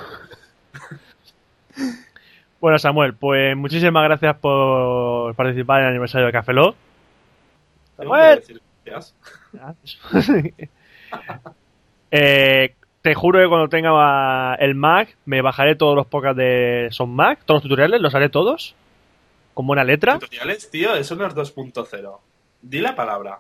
S2: bueno, Samuel, pues muchísimas gracias por participar en el aniversario de Cafeló.
S5: Tengo que decir gracias.
S2: Eh, te juro que cuando tenga el Mac, me bajaré todos los podcasts de Son Mac, todos los tutoriales, los haré todos. Con buena
S3: ¿Ah?
S2: letra.
S5: Tutoriales, tío, eso no es 2.0. Di la palabra.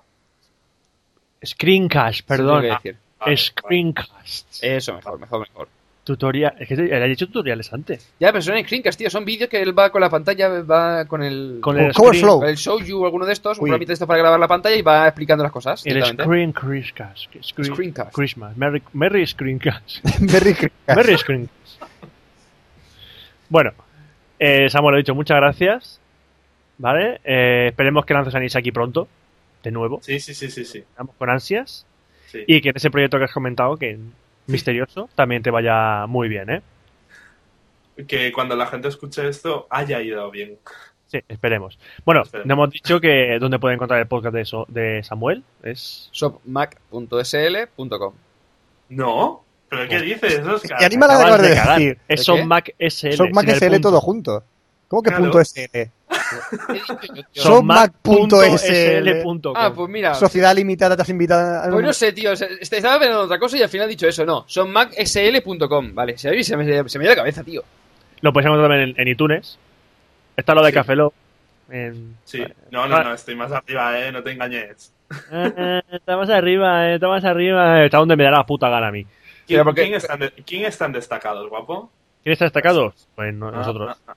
S2: Screencast, perdón.
S5: Vale,
S2: Screencast.
S4: Eso, mejor, mejor, mejor.
S2: Tutorial. Es que te- le he hecho tutoriales antes.
S4: Ya, pero son screencasts, tío. Son vídeos que él va con la pantalla, va con el.
S2: Con
S3: Con
S2: el
S3: Cover
S2: screen-
S3: Flow.
S4: con el show you, alguno de estos, un
S3: Uy.
S4: programita de estos para grabar la pantalla y va explicando las cosas.
S2: El
S4: directamente.
S2: Screen Christmas. Screen-
S4: Screencast.
S2: Christmas. Merry, Merry Screencast.
S3: Merry Christmas.
S2: Merry Screencast. Bueno, eh, Samuel, lo he dicho, muchas gracias. ¿Vale? Eh, esperemos que lances a Nisaki pronto. De nuevo.
S5: Sí, sí, sí, sí, sí.
S2: Estamos con ansias.
S5: sí.
S2: Y que en ese proyecto que has comentado, que misterioso, también te vaya muy bien, ¿eh?
S5: Que cuando la gente escuche esto haya ido bien.
S2: Sí, esperemos. Bueno,
S5: Esperemos.
S2: no hemos dicho que dónde puede encontrar el podcast de, eso, de Samuel. Es
S4: shopmac.sl.com.
S5: No, pero ¿qué dices, Oscar?
S3: Y anima la de
S2: Acabas
S3: acabar de
S2: cagar.
S3: decir.
S2: Es
S4: ¿El
S2: Son
S4: qué?
S2: Mac SL.
S3: Son Mac
S2: sin el
S3: SL
S2: punto.
S3: todo junto. ¿Cómo que
S5: Claro.
S3: punto SL?
S4: ¿Qué he dicho yo, tío?
S3: Son-
S2: Sonmac.sl.com.
S4: Ah, pues mira.
S3: Sociedad limitada, te has invitado a...
S4: Pues no sé, tío. se- se- Estaba pensando otra cosa y al final he dicho eso. No, sonmacsl.com. Vale, se me, se me, se me dio la cabeza, tío.
S2: Lo puedes encontrar también en, en iTunes. Está lo de
S5: Sí.
S2: Café Lock. En-
S5: Sí, no, no, no, estoy más arriba, eh, no te engañes.
S2: Eh, está más arriba, eh, está más arriba. eh, Está donde me dará la puta gana a mí.
S5: ¿Quién,
S4: Pero porque-
S5: quién están, de- quién están destacados, guapo?
S2: ¿Quién está destacado? Pues no-
S5: Ah,
S2: nosotros.
S5: ah, ah.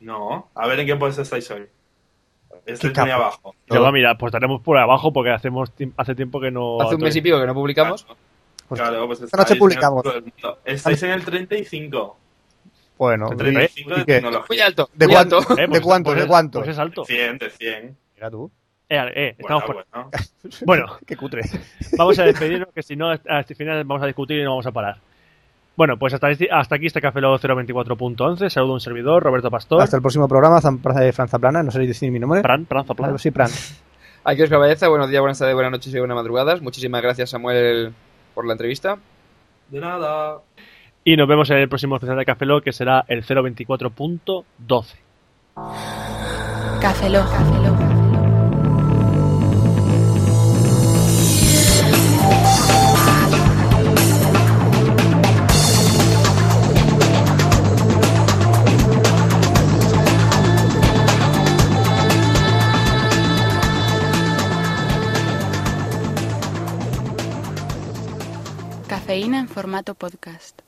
S5: No, a ver en qué puesto estáis hoy. Estáis
S3: Qué
S5: muy
S3: capo.
S5: abajo.
S2: Yo voy a mirar, pues estaremos por abajo porque hacemos tim- hace tiempo que no.
S4: Hace un mes y pico que no publicamos.
S3: Pues-
S5: claro, pues
S3: esta noche
S5: estáis en el-
S3: publicamos.
S5: todo el mundo. Estáis en el 35.
S3: Bueno,
S5: El
S2: Hombre,
S3: ¿y
S5: 35 de
S3: qué?
S4: Muy
S5: tecnología.
S4: alto.
S3: ¿De
S4: muy
S3: cuánto?
S4: alto.
S2: Eh,
S3: ¿De cuánto?
S2: pues
S3: ¿De
S2: es-
S3: cuánto?
S2: Pues es alto.
S5: 100, de 100.
S3: Mira tú.
S2: Eh, eh, estamos por-
S5: Bueno, bueno.
S2: bueno,
S3: Qué cutre.
S2: vamos a despedirnos que si no, al final vamos a discutir y no vamos a parar. Bueno, pues hasta, hasta aquí este Café Lock 024.11. Saludo a un servidor, Roberto Pastor.
S3: Hasta el próximo programa, Zan- Plaza de Franza Plana. No sé decir mi nombre.
S2: Pran, pranza, pranza.
S3: Sí, Pran.
S4: Aquí os caballeza. Buenos días, buenas tardes, buenas noches y buenas madrugadas. Muchísimas gracias, Samuel, por la entrevista.
S5: De nada.
S2: Y nos vemos en el próximo especial de Café Lock, que será el 024.12.
S8: Café Lock. Cafeína en formato podcast.